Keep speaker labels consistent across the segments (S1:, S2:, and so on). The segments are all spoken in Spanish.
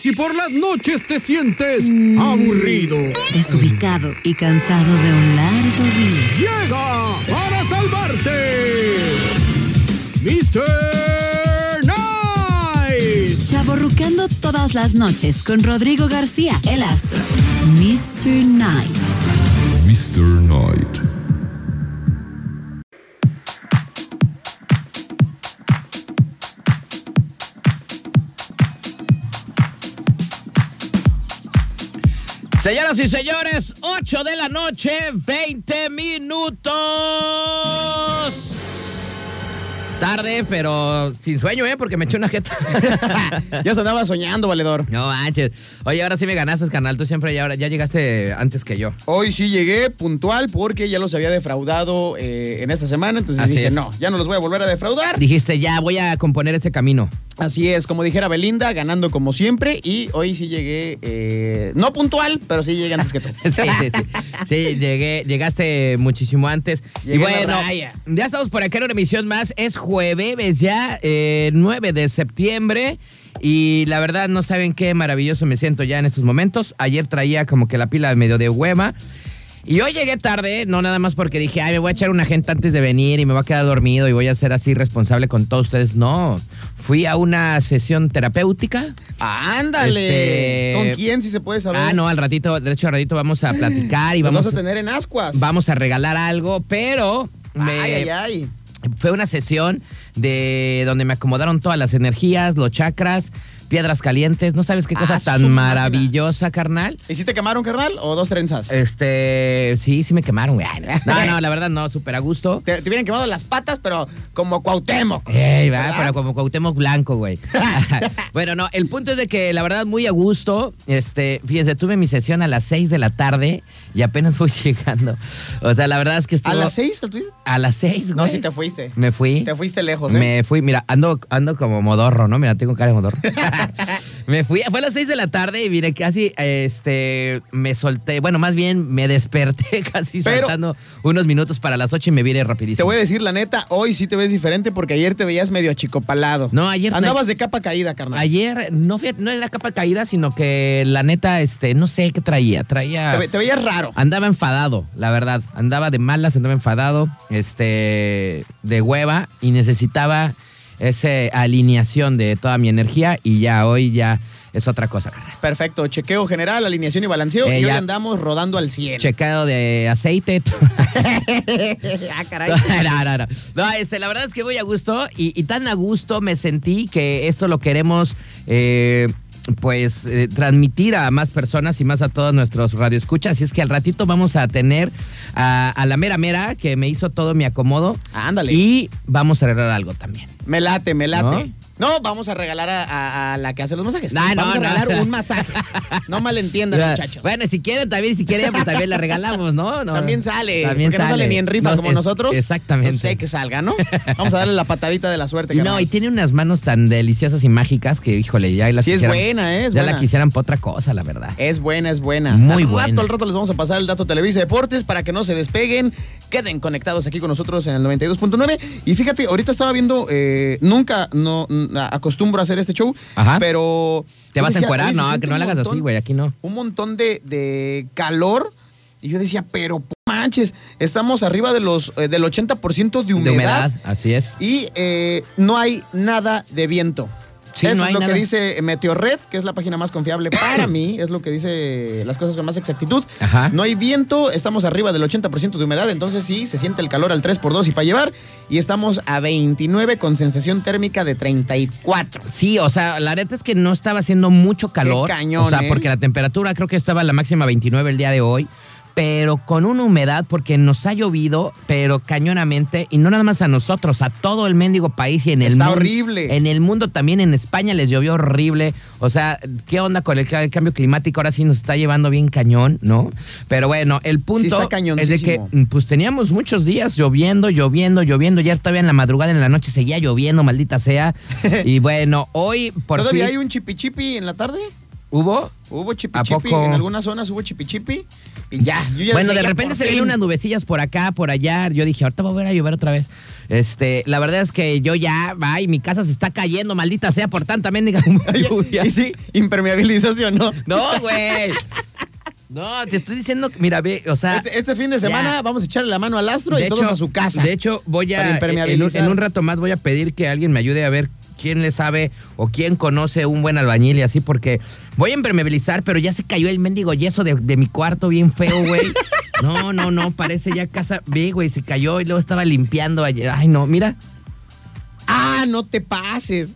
S1: Si por las noches te sientes
S2: Mm.
S1: aburrido,
S3: desubicado y cansado de un largo día,
S1: llega para salvarte. Mr. Night.
S3: chaborruqueando todas las noches con Rodrigo García, el astro, Mr. Night.
S2: Mr. Knight.
S4: Señoras y señores, 8 de la noche, 20 minutos. Tarde, pero sin sueño, ¿eh? Porque me eché una jeta.
S5: Ya se andaba soñando, valedor.
S4: no manches. Oye, ahora sí me ganaste, canal. Tú siempre ya, ahora- ya llegaste antes que yo.
S5: Hoy sí llegué puntual porque ya los había defraudado eh, en esta semana, entonces
S4: Así
S5: dije,
S4: es.
S5: no, ya no los voy a volver a defraudar.
S4: Dijiste, ya voy a componer ese camino.
S5: Así es, como dijera Belinda, ganando como siempre y hoy sí llegué, eh, no puntual, pero sí llegué antes que tú.
S4: Sí, sí, sí. Sí, llegué, llegaste muchísimo antes. y
S5: Llegué a la
S4: bueno,
S5: raya.
S4: ya estamos por acá en una emisión más. Es jueves ya, eh, 9 de septiembre. Y la verdad, no saben qué maravilloso me siento ya en estos momentos. Ayer traía como que la pila medio de hueva. Y hoy llegué tarde, no nada más porque dije, ay, me voy a echar una gente antes de venir y me voy a quedar dormido y voy a ser así responsable con todos ustedes. No, fui a una sesión terapéutica.
S5: ¡Ándale!
S4: Este-
S5: ¿Con quién si se puede saber?
S4: Ah, no, al ratito, de hecho, al ratito vamos a platicar y
S5: Los
S4: vamos
S5: vas a tener en ascuas.
S4: vamos a regalar algo, pero me-
S5: Ay, ay, ay.
S4: fue una sesión de donde me acomodaron todas las energías, los chakras, piedras calientes, no sabes qué cosa
S5: Ah, su
S4: tan
S5: máquina.
S4: maravillosa, carnal.
S5: ¿Y si te quemaron, carnal? ¿O dos trenzas?
S4: Este, sí, sí me quemaron, güey. Ay, No, no, la verdad no, súper a gusto.
S5: Te, te hubieran quemado las patas, pero como Cuauhtémoc.
S4: Ey, va,
S5: ¿Verdad?
S4: pero como Cuauhtémoc Blanco, güey. bueno, no, el punto es de que la verdad muy a gusto. Este, fíjense, tuve mi sesión a las 6 de la tarde y apenas voy llegando. O sea, la verdad es que estuvo
S5: ¿A las seis? ¿Al tuit?
S4: a las 6, güey.
S5: No, si te fuiste.
S4: Me fui.
S5: Te fuiste lejos, ¿eh?
S4: Me fui, mira, ando, ando como modorro, ¿no? Mira, tengo cara de modorro. me fui, fue a las 6 de la tarde y mire, casi este, me solté. Bueno, más bien me desperté casi
S5: Pero-
S4: saltando unos minutos para las 8 y me viré rapidísimo.
S5: Te voy a decir la neta, hoy sí te ves diferente porque ayer te veías medio achicopalado.
S4: No, ayer-
S5: Andabas de capa caída, carnal.
S4: Ayer, no, fíjate, no era capa caída, sino que la neta, este, no sé qué traía. Traía.
S5: Te, ve- te veías raro.
S4: Andaba enfadado, la verdad. Andaba de malas, andaba enfadado, este, de hueva y necesitaba esa alineación de toda mi energía y ya hoy ya es otra cosa, carnal.
S5: Perfecto, chequeo general, alineación y balanceo.
S4: Eh,
S5: y hoy
S4: ya.
S5: andamos rodando al 100.
S4: Checado de aceite.
S5: ah, caray.
S4: no, no, no. No, este, la verdad es que voy a gusto y, y tan a gusto me sentí que esto lo queremos, eh, pues, eh, transmitir a más personas y más a todos nuestros radioescuchas. Así es que al ratito vamos a tener a, a la mera mera que me hizo todo mi acomodo.
S5: Ándale.
S4: Y vamos a arreglar algo también.
S5: Me late, me late. No, vamos a regalar a, a- a la que hace los masajes.
S4: No, no,
S5: vamos a
S4: no.
S5: regalar un masaje. No malentiendan, muchachos.
S4: Bueno, si quieren también, si quieren, pues también la regalamos, ¿no? No,
S5: También
S4: no.
S5: sale.
S4: También
S5: porque no sale ni en rifa
S4: No,
S5: como
S4: es-
S5: nosotros.
S4: Exactamente.
S5: No sé que salga, ¿no? Vamos a darle la patadita de la suerte.
S4: Y no,
S5: carnal.
S4: y tiene unas manos tan deliciosas y mágicas que, híjole, ya las
S5: Sí, es
S4: quisieran-
S5: buena, ¿eh? Es
S4: ya
S5: buena. ¿Eh?
S4: la quisieran para otra cosa, la verdad.
S5: Es buena, es buena.
S4: Muy
S5: al Rato,
S4: buena.
S5: al rato les vamos a pasar el dato Televisa Deportes para que no se despeguen. Queden conectados aquí con nosotros en el 92.9. Y fíjate, ahorita estaba viendo, eh, nunca no n- acostumbro a hacer este show,
S4: Ajá.
S5: pero...
S4: ¿Te
S5: yo
S4: vas a
S5: decía,
S4: encuerar?
S5: oye, se
S4: No,
S5: siente
S4: que no
S5: un
S4: la hagas así,
S5: montón-
S4: güey, aquí no.
S5: Un montón de, de calor. Y yo decía, pero p- manches, estamos arriba de los, eh, del 80% de humedad.
S4: De humedad, así es.
S5: Y eh, no hay nada de viento.
S4: Sí,
S5: Esto
S4: no
S5: es
S4: hay
S5: lo
S4: nada.
S5: que dice Meteorred, que es la página más confiable para mí, es lo que dice las cosas con más exactitud.
S4: Ajá.
S5: No hay viento, estamos arriba del 80% de humedad, entonces sí, se siente el calor al 3x2 y para llevar, y estamos a 29 con sensación térmica de 34.
S4: Sí, o sea, la neta es que no estaba haciendo mucho calor.
S5: Qué cañón,
S4: o sea,
S5: ¿eh?
S4: porque la temperatura creo que estaba la máxima 29 el día de hoy. Pero con una humedad, porque nos ha llovido, pero cañonamente, y no nada más a nosotros, a todo el mendigo país y en el
S5: Está
S4: mundo.
S5: horrible.
S4: En el mundo también, en España les llovió horrible. O sea, ¿qué onda con el, cla- el cambio climático? Ahora sí nos está llevando bien cañón, ¿no? Pero bueno, el punto
S5: está
S4: es de que
S5: cañoncísimo.
S4: Mm, pues teníamos muchos días lloviendo, lloviendo, lloviendo. Ayer todavía en la madrugada, en la noche seguía lloviendo, maldita sea. Y bueno, hoy por
S5: ¿Todavía
S4: fin-
S5: hay un chipichipi en la tarde?
S4: ¿Hubo?
S5: Hubo chipi
S4: ¿A
S5: chipi,
S4: poco?
S5: en algunas zonas hubo chipi chipi y ya. yo ya
S4: bueno,
S5: decía,
S4: de
S5: ya
S4: repente
S5: por
S4: se veían
S5: fin.
S4: unas nubecillas por acá, por allá. Yo dije, ahorita va a volver a llover otra vez. Este, la verdad es que yo ya, ay, mi casa se está cayendo, maldita sea, por tanta mendiga lluvia.
S5: Y sí, impermeabilización, ¿no?
S4: No, güey. No, te estoy diciendo, que- mira, ve, o sea.
S5: Este, este fin de semana
S4: Ya.
S5: vamos a echarle la mano al astro y todos a su casa.
S4: De hecho, voy
S5: Para
S4: a. En, en-
S5: impermeabilizar.
S4: en un rato más voy a pedir que alguien me ayude a ver quién le sabe o quién conoce un buen albañil y así, porque voy a impermeabilizar, pero ya se cayó el mendigo yeso de, de mi cuarto bien feo, güey. No, no, no, parece ya casa. Ve, güey, se cayó y luego estaba limpiando ayer. Ay, no, mira.
S5: Ah, no te pases.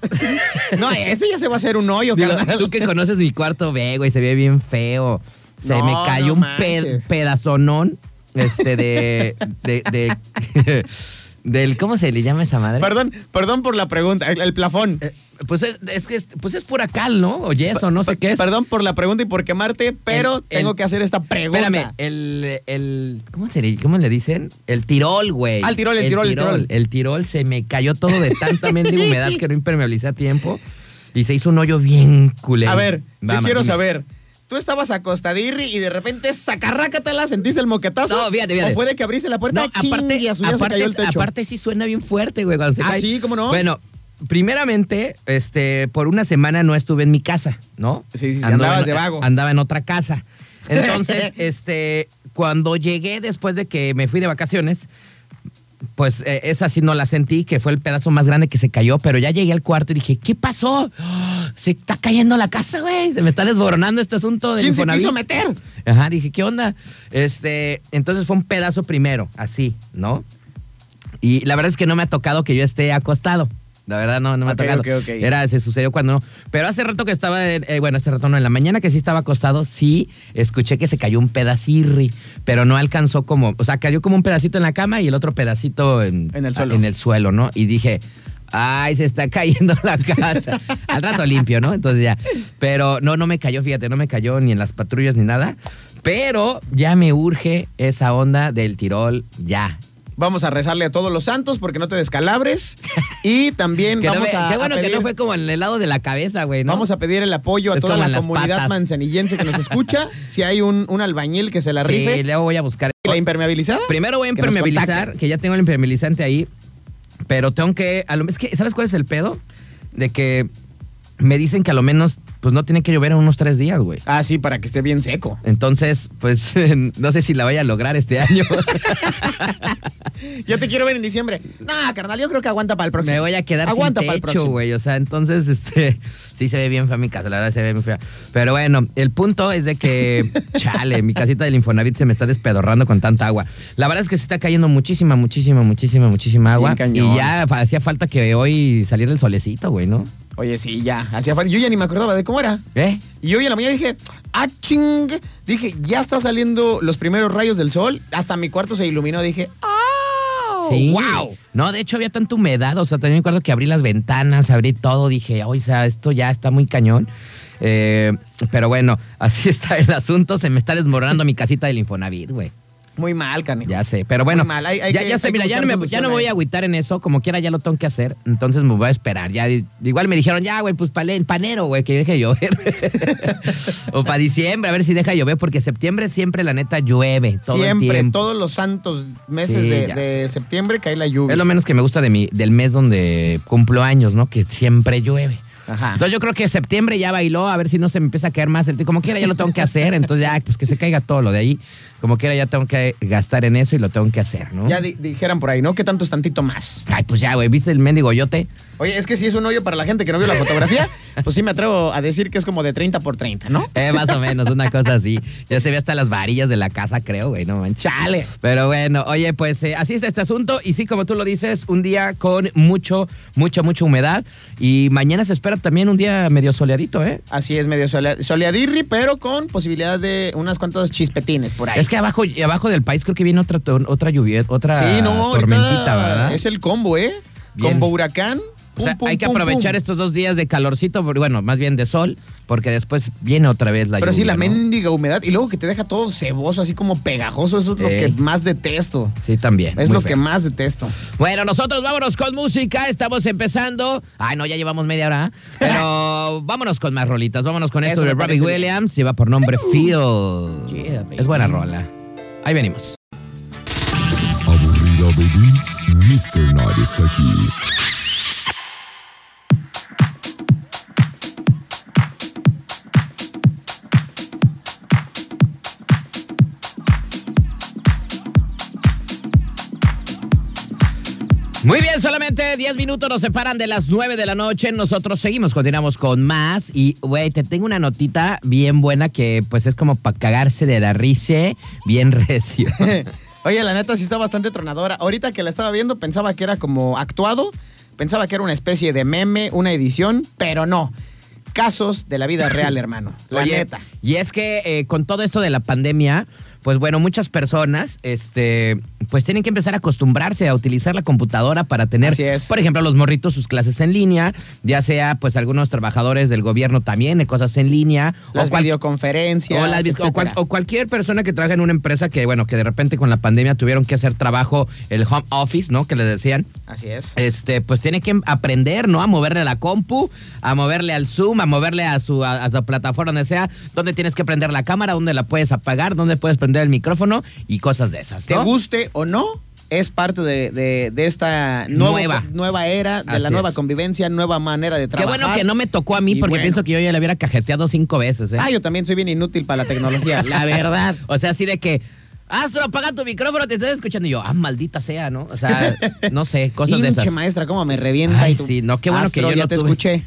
S5: no, ese ya se va a hacer un hoyo,
S4: Digo,
S5: carnal.
S4: tú que conoces mi cuarto, ve, güey, se ve bien feo. Se
S5: No,
S4: me cayó
S5: no
S4: un pe-
S5: manches.
S4: pedazonón este, de, de, de- del, ¿cómo se le llama esa madre?
S5: Perdón, perdón por la pregunta, el, el plafón.
S4: Eh, Pues es, es que es, pues es pura cal, ¿no? O yeso, no sé qué es.
S5: Perdón por la pregunta y por quemarte, pero
S4: El-
S5: tengo
S4: el-
S5: que hacer esta pregunta.
S4: Espérame, el, el ¿cómo, se le, cómo le dicen? El tirol, güey.
S5: Ah, el tirol, el tirol, el tirol.
S4: El tirol se me cayó todo de tanta mendiga humedad que no impermeabilicé a tiempo y se hizo un hoyo bien culero.
S5: A ver, yo
S4: Vamos,
S5: quiero
S4: dime.
S5: saber. Tú estabas acostadirri y de repente sacarrácatela, sentiste el moquetazo.
S4: No, fíjate, fíjate.
S5: O fue de que abriste la puerta,
S4: No, aparte,
S5: y a su ya se
S4: aparte,
S5: cayó el techo.
S4: aparte sí suena bien fuerte, güey. cuando se
S5: Ah,
S4: cae.
S5: sí, ¿cómo no?
S4: Bueno, primeramente, este, por una semana no estuve en mi casa, ¿no?
S5: Sí, sí, sí,
S4: Andaba
S5: andabas
S4: en-
S5: de vago.
S4: Andaba en otra casa. Entonces, este, cuando llegué después de que me fui de vacaciones, pues eh, esa sí no la sentí, que fue el pedazo más grande que se cayó, pero ya llegué al cuarto y dije, ¿qué pasó? Se está cayendo la casa, güey. Se me está desboronando este asunto del
S5: ¿Quién se
S4: Infonavit.
S5: quiso meter?
S4: Ajá, dije, ¿qué onda? Este, entonces fue un pedazo primero, así, ¿no? Y la verdad es que no me ha tocado que yo esté acostado. La verdad, no, no me
S5: Ok,
S4: ha tocado.
S5: ok, ok.
S4: Era, se sucedió cuando no. Pero hace rato que estaba, en- eh, bueno, hace rato no, en la mañana que sí estaba acostado, sí escuché que se cayó un pedacirri, pero no alcanzó como, o sea, cayó como un pedacito en la cama y el otro pedacito en,
S5: En el suelo.
S4: en el suelo, ¿no? Y dije, ay, se está cayendo la casa. Al rato limpio, ¿no? Entonces ya. Pero no, no me cayó, fíjate, no me cayó ni en las patrullas ni nada. Pero ya me urge esa onda del tirol ya.
S5: Vamos a rezarle a todos los santos porque no te descalabres. Y también
S4: Que no
S5: vamos
S4: me-
S5: a,
S4: qué
S5: a
S4: bueno que
S5: pedir-
S4: no fue como en el lado de la cabeza, güey, ¿no?
S5: Vamos a pedir el apoyo a
S4: Es
S5: toda
S4: como en
S5: la
S4: las
S5: comunidad
S4: patas.
S5: manzanillense que nos escucha. Si hay un, un albañil que se la
S4: Sí,
S5: rife.
S4: luego voy a buscar.
S5: ¿Y ¿La impermeabilizada?
S4: Primero voy a
S5: Que nos
S4: impermeabilizar,
S5: contacten.
S4: que ya tengo el impermeabilizante ahí, pero tengo que, a lo- es que, ¿sabes cuál es el pedo? De que me dicen que a lo menos, pues no tiene que llover en unos tres días, güey.
S5: Ah, sí, para que esté bien seco.
S4: Entonces, pues no sé si la vaya a lograr este año.
S5: Yo te quiero ver en diciembre. No, carnal, yo creo que aguanta para el próximo.
S4: Me voy a quedar
S5: aguanta para
S4: sin
S5: el
S4: techo,
S5: próximo.
S4: güey. O sea, entonces, este, sí se ve bien fea mi casa, la verdad se ve bien fea. Pero bueno, el punto es de que, chale, mi casita del Infonavit se me está despedorrando con tanta agua. La verdad es que se está cayendo muchísima, muchísima, muchísima, muchísima agua.
S5: Bien cañón.
S4: Y ya fa- hacía falta que hoy saliera el solecito, güey, ¿no?
S5: Oye, sí, ya. Hacía falta. Yo ya ni me acordaba de cómo era.
S4: ¿Eh?
S5: Y hoy en la mañana dije, ah, ching. Dije, ya está saliendo los primeros rayos del sol. Hasta mi cuarto se iluminó. Dije, ¡ah! ¡Wow!
S4: No, de hecho había tanta humedad, o sea, también me acuerdo que abrí las ventanas, abrí todo, dije, "Ay, o sea, esto ya está muy cañón. Eh, pero bueno, así está el asunto, se me está desmoronando mi casita del Infonavit, güey.
S5: Muy mal, canijo.
S4: Ya sé, pero bueno,
S5: Muy mal, hay- hay
S4: ya,
S5: que-
S4: ya sé,
S5: hay que
S4: mira, ya
S5: buscar
S4: no, me, ya
S5: solución
S4: no
S5: a
S4: voy a
S5: eso.
S4: agüitar en eso, como quiera ya lo tengo que hacer, entonces me voy a esperar. Ya, di- igual me dijeron, ya, güey, pues para el panero, güey, que deje de llover. o para diciembre, a ver si deja de llover, porque septiembre siempre, la neta, llueve. Todo el
S5: Siempre,
S4: tiempo.
S5: todos los santos meses
S4: Sí,
S5: de,
S4: ya
S5: de septiembre cae la lluvia.
S4: Es lo menos que me gusta de mi, del mes donde cumplo años, ¿no? Que siempre llueve.
S5: Ajá.
S4: Entonces yo creo que septiembre ya bailó, a ver si no se me empieza a caer más el Como quiera ya lo tengo que hacer, entonces ya, pues que se caiga todo lo de ahí. Como quiera ya tengo que gastar en eso y lo tengo que hacer, ¿no?
S5: Ya di- dijeran por ahí, ¿no? Que tanto es tantito más.
S4: Ay, pues ya, güey, ¿viste el mendigo yote?
S5: Oye, es que si es un hoyo para la gente que no vio la fotografía, pues sí me atrevo a decir que es como de 30 por 30, ¿no?
S4: Eh, más o menos, una cosa así. Ya se ve hasta las varillas de la casa, creo, güey, no manches.
S5: Chale.
S4: Pero bueno, oye, pues eh, así está este asunto. Y sí, como tú lo dices, un día con mucho, mucha, mucha humedad. Y mañana se espera también un día medio soleadito, ¿eh?
S5: Así es, medio solea- soleadirri, pero con posibilidad de unas cuantas chispetines por ahí.
S4: Es que abajo, abajo del país creo que viene otra, tor- otra lluvia, otra
S5: sí, no, ahorita
S4: tormentita, ¿verdad?
S5: Es el combo, ¿eh?
S4: Bien.
S5: Combo huracán,
S4: O sea,
S5: Pum, pum,
S4: hay que
S5: pum,
S4: aprovechar
S5: pum.
S4: estos dos días de calorcito, pero bueno, más bien de sol, porque después viene otra vez la
S5: Pero sí,
S4: lluvia,
S5: la
S4: ¿no?
S5: mendiga humedad y luego que te deja todo ceboso, así como pegajoso, eso es lo
S4: Ey.
S5: que más detesto.
S4: Sí, también.
S5: Es
S4: muy
S5: lo
S4: feo.
S5: que más detesto.
S4: Bueno, nosotros vámonos con música. Estamos empezando. Ay, no, ya llevamos media hora. ¿eh? Pero vámonos con más rolitas. Vámonos con esto
S5: Eso
S4: de
S5: me
S4: Robbie
S5: parece bien.
S4: Williams. Lleva por nombre Feel.
S5: Yeah, baby.
S4: es buena rola. Ahí venimos.
S2: Aburrida, baby. Mr. Night está aquí.
S4: Muy bien, solamente 10 minutos nos separan de las 9 de la noche. Nosotros seguimos, continuamos con más. Y, güey, te tengo una notita bien buena que, pues, es como para cagarse de la risa bien recio.
S5: Oye, la neta sí está bastante tronadora. Ahorita que la estaba viendo pensaba que era como actuado, pensaba que era una especie de meme, una edición, pero no. Casos de la vida real, hermano. La
S4: Oye,
S5: neta.
S4: Y es que eh, con todo esto de la pandemia, pues bueno, muchas personas, este, pues tienen que empezar a acostumbrarse a utilizar la computadora para tener,
S5: Así es.
S4: por ejemplo, los morritos sus clases en línea, ya sea pues algunos trabajadores del gobierno también de cosas en línea,
S5: Las
S4: cual-
S5: videoconferencias.
S4: o, las- o
S5: etcétera.
S4: cual- o cualquier persona que trabaja en una empresa que, bueno, que de repente con la pandemia tuvieron que hacer trabajo, el home office, ¿no? Que le decían
S5: Así es.
S4: este, pues tiene que aprender, ¿no? A moverle a la compu, a moverle al Zoom, a moverle a su, a, a su plataforma donde sea, dónde tienes que prender la cámara, dónde la puedes apagar, dónde puedes prender el micrófono y cosas de esas.
S5: Te
S4: ¿no?
S5: guste o no, es parte de, de- de esta nuevo-
S4: Nueva.
S5: nueva era, de
S4: Así
S5: la nueva
S4: es.
S5: convivencia, nueva manera de
S4: Qué
S5: trabajar.
S4: bueno que no me tocó a mí
S5: Y
S4: porque
S5: bueno.
S4: pienso que yo ya le hubiera cajeteado cinco veces, ¿eh?
S5: Ah, yo también soy bien inútil para la tecnología.
S4: la verdad. O sea, así de que. Astro, apaga tu micrófono, te estás escuchando. Y yo, ah, maldita sea, ¿no? O sea, no sé, cosas de
S5: Hinche
S4: esas.
S5: maestra, cómo me revienta.
S4: Ay,
S5: y tú-
S4: sí, no, qué bueno que
S5: Astro,
S4: yo
S5: ya
S4: no
S5: te
S4: tuve-
S5: escuché.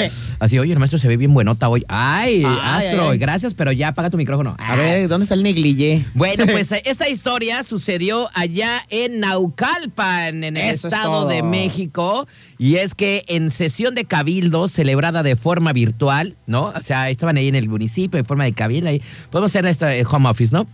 S4: Así, oye, el maestro se ve bien buenota hoy. Ay,
S5: Ay,
S4: Astro,
S5: ay, ay.
S4: gracias, pero ya apaga tu micrófono. Ah,
S5: A ver, ¿dónde está el negligé?
S4: Bueno, pues eh, esta historia sucedió allá en Naucalpan, en el
S5: Eso es
S4: Estado
S5: todo.
S4: de México. Y es que en sesión de cabildo celebrada de forma virtual, ¿no? O sea, estaban ahí en el municipio en forma de cabildo. Ahí. Podemos hacer esta eh, home office, ¿no?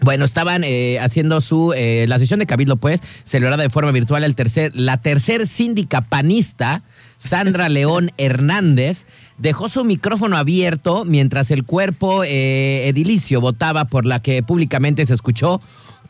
S4: Bueno, estaban eh, haciendo su eh, la sesión de cabildo, pues, celebrada de forma virtual el tercer, la tercer síndica panista, Sandra León Hernández, dejó su micrófono abierto mientras el cuerpo eh, edilicio votaba por la que públicamente se escuchó.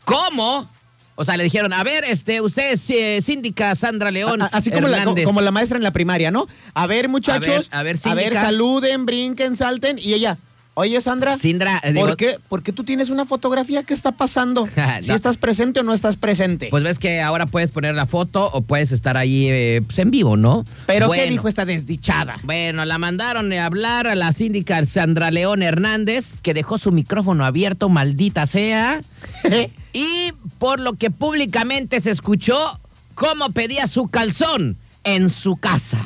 S4: ¿Cómo? O sea, le dijeron, a ver, este, usted es eh, síndica Sandra León
S5: A- Así como la,
S4: Hernández.
S5: como la maestra en la primaria, ¿no? A ver, muchachos.
S4: A ver, a ver, síndica.
S5: saluden, brinquen, salten. Y ella, oye, Sandra.
S4: Sindra, eh, digo-
S5: ¿Por qué, ¿Por qué tú tienes una fotografía? ¿Qué está pasando?
S4: No.
S5: ¿Si estás presente o no estás presente?
S4: Pues ves que ahora puedes poner la foto o puedes estar ahí eh, pues, en vivo, ¿no?
S5: ¿Pero qué
S4: Bueno.
S5: dijo esta desdichada?
S4: Bueno, la mandaron a hablar a la síndica Sandra León Hernández, que dejó su micrófono abierto, maldita sea. y por lo que públicamente se escuchó, cómo pedía su calzón en su casa.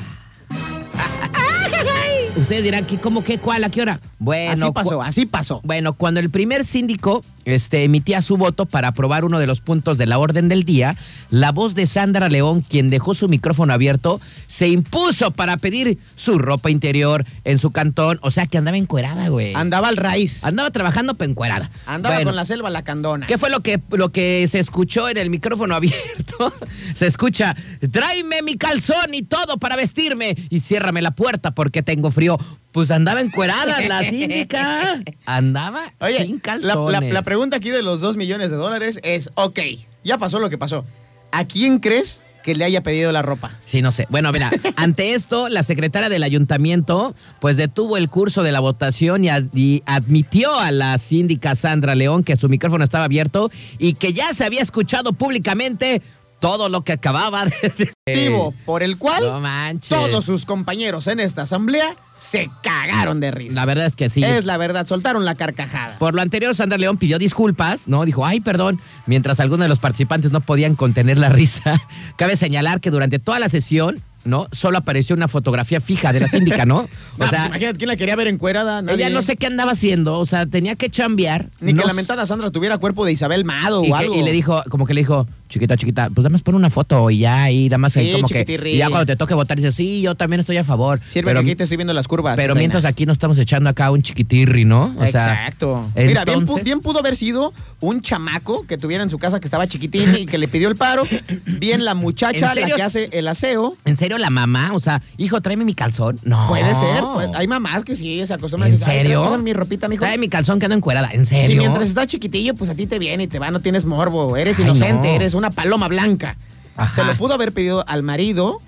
S4: Ustedes dirán, que ¿cómo qué? ¿Cuál? ¿A qué hora? Bueno,
S5: así
S4: cu-
S5: pasó, así pasó.
S4: bueno, cuando el primer síndico este, emitía su voto para aprobar uno de los puntos de la orden del día, la voz de Sandra León, quien dejó su micrófono abierto, se impuso para pedir su ropa interior en su cantón. O sea que andaba encuerada, güey.
S5: Andaba al raíz.
S4: andaba trabajando pero encuerada.
S5: Andaba
S4: Bueno,
S5: con la selva la candona.
S4: ¿Qué fue lo que, lo que se escuchó en el micrófono abierto? se escucha, tráeme mi calzón y todo para vestirme y ciérrame la puerta porque tengo frío. Pues andaba encuerada la síndica. Andaba
S5: Oye,
S4: sin
S5: la-
S4: calzones.
S5: La, la pregunta aquí de los 2 millones de dólares es, ok, ya pasó lo que pasó. ¿A quién crees que le haya pedido la ropa?
S4: Sí, no sé. Bueno, mira, ante esto, la secretaria del ayuntamiento pues detuvo el curso de la votación y, ad- y admitió a la síndica Sandra León que su micrófono estaba abierto y que ya se había escuchado públicamente todo lo que acababa de decir.
S5: Motivo por el cual
S4: No manches.
S5: todos sus compañeros en esta asamblea se cagaron de risa.
S4: La verdad es que sí.
S5: Es la verdad, soltaron la carcajada.
S4: Por lo anterior, Sandra León pidió disculpas, ¿no? Dijo, ay, perdón, mientras algunos de los participantes no podían contener la risa. Cabe señalar que durante toda la sesión, ¿no? Solo apareció una fotografía fija de la síndica, ¿no? O
S5: No, pues
S4: sea,
S5: imagínate quién la quería ver encuerada. Nadie.
S4: ella no sé qué andaba haciendo, o sea, tenía que chambear.
S5: Ni
S4: no
S5: que
S4: s-
S5: lamentada Sandra tuviera cuerpo de Isabel Mado
S4: Y,
S5: o
S4: que-
S5: algo.
S4: y le dijo, como que le dijo, chiquita, chiquita, pues nada más pon una foto y ya ahí, nada más ahí
S5: Sí,
S4: como que.
S5: chiquitirri.
S4: Y ya cuando te toque votar dices, sí, yo también estoy a favor.
S5: Sirve
S4: pero
S5: que aquí te estoy viendo las curvas.
S4: pero
S5: reina.
S4: mientras aquí nos estamos echando acá un chiquitirri, ¿no? O sea,
S5: Exacto. Mira, bien, pu-
S4: entonces-
S5: bien pudo haber sido un chamaco que tuviera en su casa que estaba chiquitín y que le pidió el paro. Bien la muchacha
S4: ¿En
S5: la
S4: serio?
S5: que hace el aseo.
S4: ¿En serio la mamá? O sea, hijo, tráeme mi calzón. No.
S5: Puede ser. pues, hay mamás que sí se acostumbran
S4: ¿En
S5: a decir, "Ay,
S4: serio?
S5: tráeme mi ropita, mijo.
S4: Trae mi calzón que ando encuerada. ¿En
S5: Y
S4: serio?
S5: mientras estás chiquitillo, pues a ti te viene y te va, no tienes morbo, eres
S4: Ay,
S5: inocente,
S4: no.
S5: eres una paloma blanca.
S4: Ajá.
S5: Se lo pudo haber pedido al marido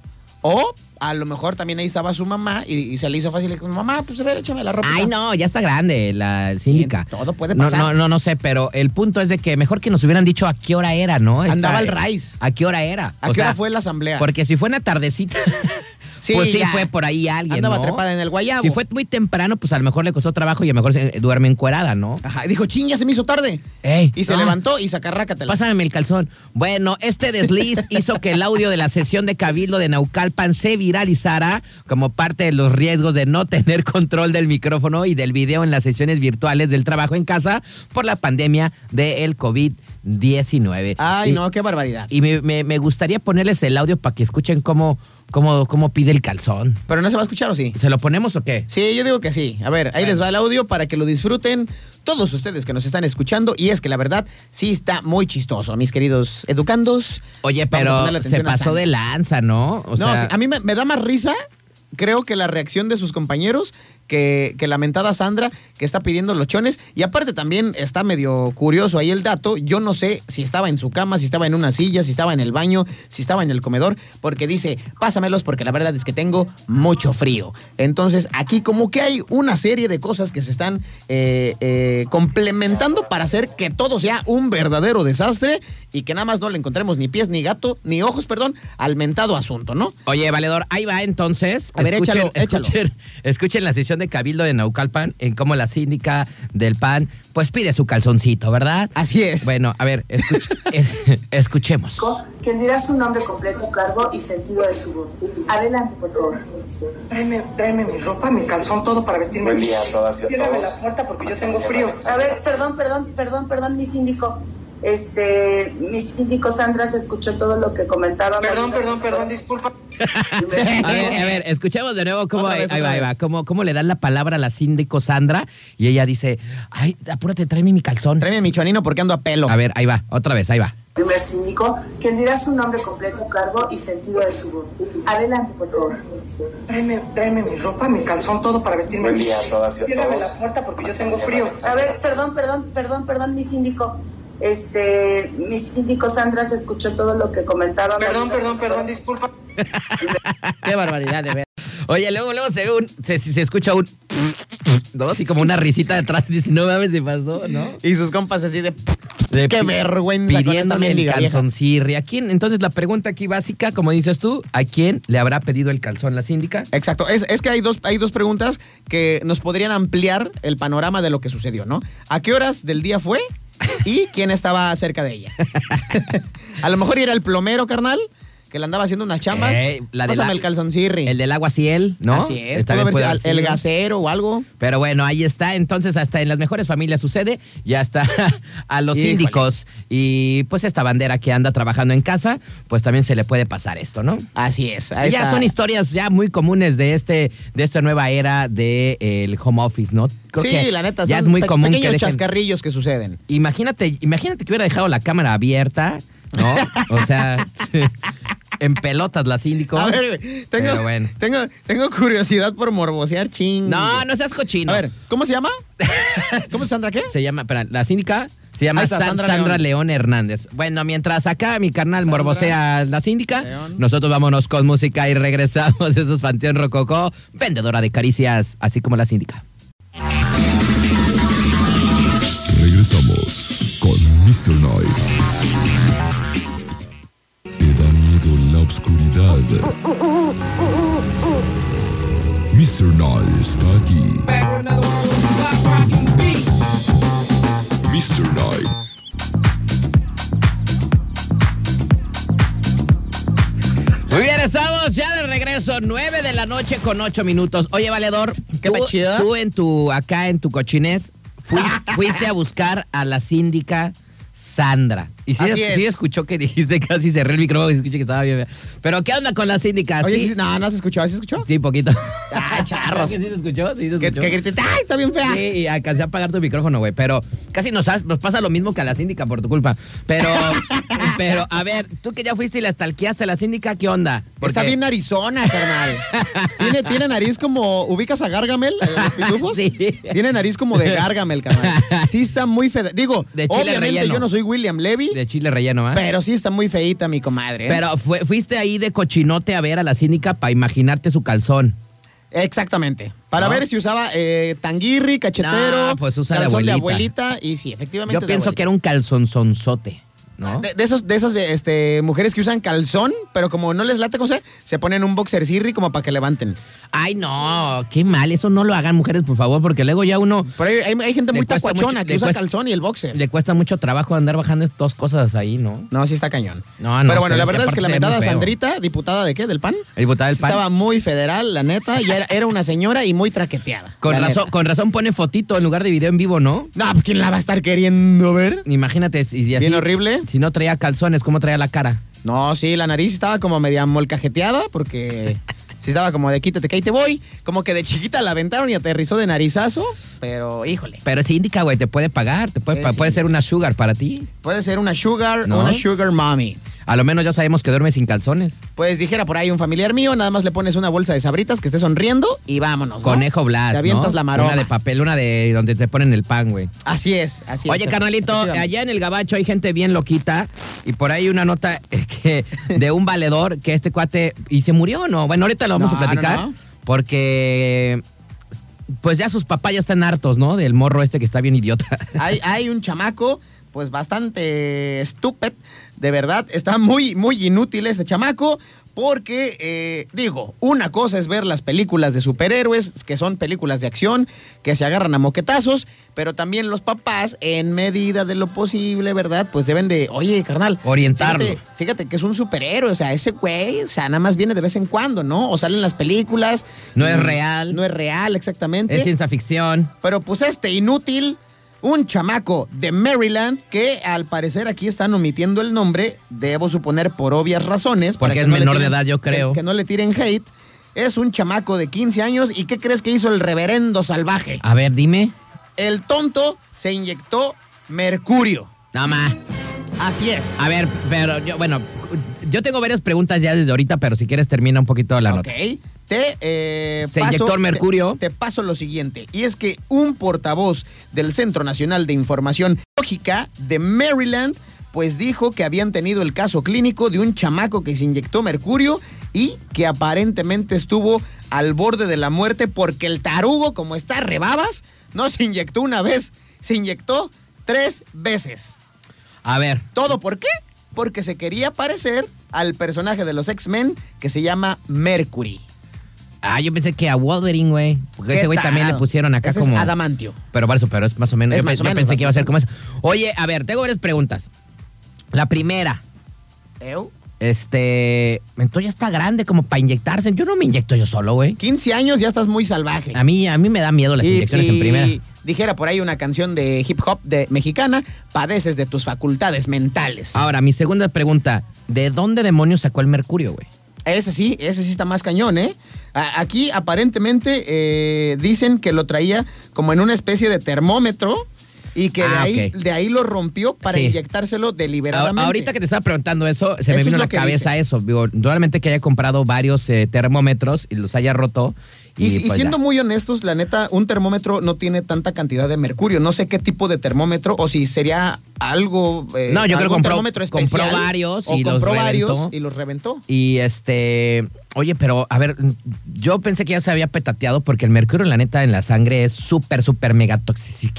S5: o a lo mejor también ahí estaba su mamá y, y se le hizo fácil. Le dijo, mamá, pues a ver, échame la ropa.
S4: Ay, no, ya está grande la síndica.
S5: Todo puede
S4: No,
S5: pasar.
S4: No, no, no, sé, pero el punto es de que mejor que nos hubieran dicho a qué hora era, ¿no? Esta- eh,
S5: Andaba al raíz.
S4: ¿A qué hora era?
S5: ¿A
S4: O
S5: qué hora
S4: sea,
S5: fue la asamblea?
S4: Porque si fue una tardecita,
S5: Sí,
S4: pues sí
S5: ya.
S4: fue por ahí alguien,
S5: Andaba
S4: ¿no?
S5: trepada en el guayabo.
S4: Si fue muy temprano, pues a lo mejor le costó trabajo y a lo mejor se- duerme encuerada, ¿no?
S5: Ajá, y dijo, ching, ya se me hizo tarde.
S4: Ey,
S5: y se
S4: no.
S5: levantó y sacarrácatela.
S4: Pásame el calzón. Bueno, este desliz hizo que el audio de la sesión de Cabildo de Naucalpan se viralizara como parte de los riesgos de no tener control del micrófono y del video en las sesiones virtuales del trabajo en casa por la pandemia del COVID-19.
S5: Ay,
S4: Y-
S5: no, qué barbaridad.
S4: Y me, me- me gustaría ponerles el audio para que escuchen cómo, cómo, cómo pide el calzón.
S5: Pero no se va a escuchar, ¿o sí?
S4: ¿Se lo ponemos o qué?
S5: Sí, yo digo que sí. A ver, ahí les va el audio para que lo disfruten todos ustedes que nos están escuchando. Y es que la verdad sí está muy chistoso, mis queridos educandos.
S4: Oye,
S5: Vamos a
S4: pero
S5: ponerle
S4: se
S5: atención a
S4: pasó
S5: Sam.
S4: de lanza, ¿no? O
S5: no,
S4: sea,
S5: sí, a mí me, me da más risa, creo que la reacción de sus compañeros que, que lamentada Sandra, que está pidiendo lochones. Y aparte también está medio curioso ahí el dato. Yo no sé si estaba en su cama, si estaba en una silla, si estaba en el baño, si estaba en el comedor, porque dice, pásamelos porque la verdad es que tengo mucho frío. Entonces aquí como que hay una serie de cosas que se están eh, eh, complementando para hacer que todo sea un verdadero desastre y que nada más no le encontremos ni pies ni gato, ni ojos, perdón, al mentado asunto, ¿no?
S4: Oye, valedor, ahí va entonces.
S5: A ver, échalo, échalo.
S4: Escuchen, escuchen la sesión de Cabildo de Naucalpan en cómo la síndica del PAN pues pide su calzoncito, ¿verdad?
S5: Así es.
S4: Bueno, a ver, escu- es- escuchemos.
S6: quien dirá su nombre completo, cargo y sentido de su voto. Adelante, por favor.
S7: Tráeme, tráeme mi ropa, mi calzón, todo para vestirme.
S8: Buen día a todas y a
S7: Ciérrame
S8: todos.
S7: la puerta porque yo tengo frío.
S6: A ver, perdón, perdón, perdón, perdón, mi síndico. Este, mi síndico Sandra se escuchó todo lo que comentaba.
S7: Perdón,
S6: Marina.
S7: perdón, perdón, disculpa.
S4: A ver, a ver, escuchemos de nuevo cómo,
S5: Otra
S4: ahí,
S5: vez,
S4: ahí
S5: otra
S4: va, ahí va,
S5: vez.
S4: cómo, cómo le dan la palabra a la síndico Sandra y ella dice, ay, apúrate, tráeme mi calzón.
S5: Tráeme mi chonino porque ando a pelo.
S4: A ver, ahí va, otra vez, ahí va.
S6: Primer síndico, quien dirá su nombre completo, cargo y sentido de su voto. Adelante, por favor.
S7: Tráeme, tráeme mi ropa, mi calzón, todo para vestirme.
S8: Buen día a todas y a
S7: Ciérrame
S8: todos.
S7: la puerta porque yo tengo frío.
S6: A ver, perdón, perdón, perdón, perdón, mi síndico. Este, mi síndico Sandra se escuchó todo lo que comentaba.
S7: Perdón,
S6: Marina.
S7: perdón, perdón, disculpa.
S5: Qué barbaridad, de ver.
S4: Oye, luego, luego se ve un, se, se escucha un, ¿no? Así como una risita detrás y dice, no mames, se pasó, ¿no?
S5: Y sus compas así de...
S4: De
S5: ¡Qué
S4: pi-
S5: vergüenza con esta
S4: pidiéndole el
S5: mendiga vieja!
S4: calzoncirri. ¿A quién? Entonces la pregunta aquí básica, como dices tú, ¿a quién le habrá pedido el calzón la síndica?
S5: Exacto, es, es que hay dos, hay dos preguntas que nos podrían ampliar el panorama de lo que sucedió, ¿no? ¿A qué horas del día fue y quién estaba cerca de ella? a lo mejor era el plomero, carnal, que le andaba haciendo unas chambas.
S4: Eh, la de
S5: Pásame
S4: la-
S5: el calzoncirri.
S4: El del agua ciel, ¿no?
S5: Así es,
S4: Está
S5: pudo
S4: bien,
S5: haber
S4: puede
S5: sido al-
S4: haber
S5: el
S4: sido.
S5: gasero o algo.
S4: Pero bueno, ahí está. Entonces, hasta en las mejores familias sucede y hasta a los
S5: Híjole.
S4: síndicos y pues esta bandera que anda trabajando en casa, pues también se le puede pasar esto, ¿no?
S5: Así es.
S4: Ya
S5: ahí está.
S4: son historias ya muy comunes de este de esta nueva era del home office, ¿no? Creo
S5: Sí,
S4: que
S5: la neta,
S4: ya
S5: son
S4: es muy
S5: pe-
S4: común que
S5: pequeños
S4: dejen-
S5: chascarrillos que suceden.
S4: Imagínate, imagínate que hubiera dejado la cámara abierta, ¿no? O sea, en pelotas la síndico.
S5: A ver, güey, tengo,
S4: Pero bueno.
S5: tengo, tengo curiosidad por morbosear ching.
S4: No, no seas cochino.
S5: A ver, ¿cómo se llama? ¿Cómo es Sandra qué?
S4: Se llama, espera, la síndica se llama
S5: Ah, está,
S4: San-
S5: Sandra
S4: Sandra,
S5: León.
S4: León. Hernández. Bueno, mientras acá mi carnal
S5: Sandra
S4: morbosea la síndica,
S5: León.
S4: nosotros vámonos con música y regresamos. Eso es Panteón Rococó, vendedora de caricias, así como la síndica.
S2: Regresamos con Mr. Night. ¿Te da miedo la oscuridad? Mr. Night está aquí. Mr. Night.
S4: Muy bien, estamos ya de regreso, 9 de la noche con 8 minutos. Oye, Valedor,
S5: Qué
S4: tú,
S5: pechido.
S4: tú en tu, acá en tu cochinés, fuis- fuiste, a buscar a la síndica Sandra. Y sí,
S5: Así
S4: es-
S5: es.
S4: sí escuchó que dijiste casi cerré el micrófono y escuché que estaba bien. Pero ¿qué onda con la síndica?
S5: Oye,
S4: sí,
S5: sí, no, no se escuchó, ¿sí se escuchó?
S4: sí, poquito.
S5: Ah, charros.
S4: ¿Sí se escuchó? Sí se
S5: Que,
S4: escuchó.
S5: que grité, ¡ay, está bien fea!
S4: Sí, y alcancé a apagar tu micrófono, güey. Pero casi nos, has- nos pasa lo mismo que a la síndica por tu culpa. Pero, pero, a ver, tú que ya fuiste y la stalkeaste a la síndica, ¿qué onda?
S5: Está
S4: Porque-
S5: bien narizona, carnal. tiene, tiene nariz como. ¿Ubicas a Gargamel? a Los pitufos.
S4: Sí.
S5: Tiene nariz como de Gargamel, carnal. Sí, está muy fea. Digo,
S4: De chile
S5: obviamente
S4: relleno.
S5: yo no soy William Levy,
S4: De chile relleno, ¿ah?
S5: pero sí está muy feíta mi comadre. ¿eh?
S4: Pero fue- fuiste ahí de cochinote a ver a la síndica para imaginarte su calzón.
S5: Exactamente. Para
S4: ¿No?
S5: ver si usaba eh, tanguirri, cachetero,
S4: No, pues usa de
S5: calzón
S4: abuelita.
S5: abuelita, Y sí, efectivamente.
S4: Yo
S5: de
S4: pienso que
S5: abuelita.
S4: era un calzonzonzote, ¿no?
S5: De, de esos, de esas este, mujeres que usan calzón, pero como no les late, ¿cómo se? Se ponen un boxer cirri como para que levanten.
S4: Ay, no, qué mal. Eso no lo hagan, mujeres, por favor, porque luego ya uno
S5: Pero hay, hay- hay gente
S4: Le
S5: muy
S4: cuesta
S5: tacuachona
S4: mucho-
S5: que
S4: le
S5: usa
S4: cuesta-
S5: calzón y el boxer.
S4: le cuesta mucho trabajo andar bajando dos cosas ahí, ¿no?
S5: No, sí está cañón.
S4: No, no,
S5: Pero bueno,
S4: sí,
S5: la verdad es
S4: aparte
S5: que la
S4: se ve muy
S5: metada
S4: feo.
S5: Sandrita, diputada de qué, del PAN.
S4: El botar del
S5: Sí
S4: pan.
S5: Estaba muy federal, la neta. Ya era, era una señora y muy traqueteada.
S4: Con
S5: la
S4: razón,
S5: neta.
S4: con razón pone fotito en lugar de video en vivo, ¿no?
S5: No, pues, ¿quién la va a estar queriendo ver?
S4: Imagínate si si así-
S5: Bien horrible.
S4: Si no traía calzones, ¿cómo traía la cara?
S5: No, sí, la nariz estaba como media molcajeteada porque sí estaba como de quítate que ahí te voy. Como que de chiquita la aventaron y aterrizó de narizazo. Pero híjole,
S4: Pero si indica, güey, te puede pagar, te puede,
S5: Eh,
S4: pa-
S5: sí.
S4: puede ser una sugar para ti.
S5: puede ser una sugar
S4: ¿No?
S5: o una sugar mommy.
S4: A lo menos ya sabemos que duerme sin calzones.
S5: Pues dijera por ahí un familiar mío, nada más le pones una bolsa de sabritas que esté sonriendo y vámonos. Pues ¿no?
S4: Conejo Blas.
S5: Te avientas
S4: ¿no?
S5: la maroma.
S4: Una de papel, una de donde te ponen el pan, güey.
S5: Así es, así es.
S4: Oye, carnalito,
S5: Efectivamente.
S4: allá en el Gabacho hay gente bien loquita y por ahí una nota eh, que, de un valedor que este cuate y se murió o no. Bueno, ahorita lo vamos
S5: No,
S4: a platicar
S5: no, no.
S4: porque pues ya sus papás ya están hartos, ¿no? Del morro este que está bien idiota.
S5: Hay, hay un chamaco, pues bastante estúpido, de verdad. Está muy, muy inútil este chamaco. Porque, eh, digo, una cosa es ver las películas de superhéroes, que son películas de acción, que se agarran a moquetazos, pero también los papás, en medida de lo posible, ¿verdad? Pues deben de, oye, carnal.
S4: Orientarlo.
S5: fíjate- Fíjate que es un superhéroe, o sea, ese güey, o sea, nada más viene de vez en cuando, ¿no? O salen las películas.
S4: No es
S5: y-
S4: real.
S5: No es real, exactamente.
S4: Es ciencia ficción.
S5: Pero pues este inútil, un chamaco de Maryland, que al parecer aquí están omitiendo el nombre, debo suponer por obvias razones. para
S4: Porque
S5: que
S4: es
S5: le
S4: menor de
S5: tiren-
S4: edad, yo
S5: que-
S4: creo.
S5: Que, no le tiren hate. Es un chamaco de 15 años y ¿qué crees que hizo el reverendo salvaje?
S4: A ver, dime.
S5: El tonto se inyectó mercurio.
S4: Nada más.
S5: Así es.
S4: A ver, pero yo, bueno, yo tengo varias preguntas ya desde ahorita, pero si quieres termina un poquito la nota.
S5: Ok. Te, eh,
S4: Se inyectó el mercurio.
S5: Te, te paso lo siguiente. Y es que un portavoz del Centro Nacional de Información Lógica de Maryland, pues dijo que habían tenido el caso clínico de un chamaco que se inyectó mercurio y que aparentemente estuvo al borde de la muerte porque el tarugo, como está rebabas, no se inyectó una vez, se inyectó tres veces.
S4: A ver,
S5: ¿Todo por qué? Porque se quería parecer al personaje de los X-Men que se llama Mercury.
S4: ah, yo pensé que a Wolverine, güey. Porque ese
S5: ¿Qué
S4: güey también le
S5: tal?
S4: pusieron acá
S5: Ese
S4: como...
S5: Es adamantio.
S4: Pero por eso, pero es más o menos. yo
S5: Es
S4: pe-
S5: más o
S4: yo
S5: menos,
S4: pensé que iba a ser
S5: bastante.
S4: como eso. Oye, a ver, tengo varias preguntas. La primera,
S5: Eu.
S4: este. Entonces ya está grande como para inyectarse. Yo no me inyecto yo solo, güey.
S5: 15 años ya estás muy salvaje.
S4: A mí, a mí me da miedo las
S5: Y-
S4: inyecciones en
S5: y
S4: primera.
S5: Dijera por ahí una canción de hip hop de mexicana, padeces de tus facultades mentales.
S4: Ahora, mi segunda pregunta: ¿de dónde demonios sacó el mercurio, güey?
S5: Ese sí, ese sí está más cañón, ¿eh? A- aquí aparentemente eh, dicen que lo traía como en una especie de termómetro y que de,
S4: Ah,
S5: ahí,
S4: ok.
S5: de ahí lo rompió para
S4: Sí.
S5: inyectárselo deliberadamente.
S4: A- Ahorita que te estaba preguntando eso, se me
S5: Eso
S4: vino
S5: es
S4: a
S5: lo
S4: la
S5: que
S4: cabeza
S5: dice.
S4: eso. Digo, realmente que haya comprado varios eh, termómetros y los haya roto.
S5: Y,
S4: Y,
S5: si- y
S4: pues,
S5: siendo
S4: ya.
S5: muy honestos, la neta, un termómetro no tiene tanta cantidad de mercurio. No sé qué tipo de termómetro o si sería algo. eh,
S4: No, yo creo que
S5: algún
S4: compró-
S5: termómetro especial,
S4: compró varios
S5: o
S4: y los
S5: compró varios
S4: reventó.
S5: y los reventó.
S4: Y este. Oye, pero a ver, yo pensé que ya se había petateado porque el mercurio, la neta, en la sangre es súper, súper mega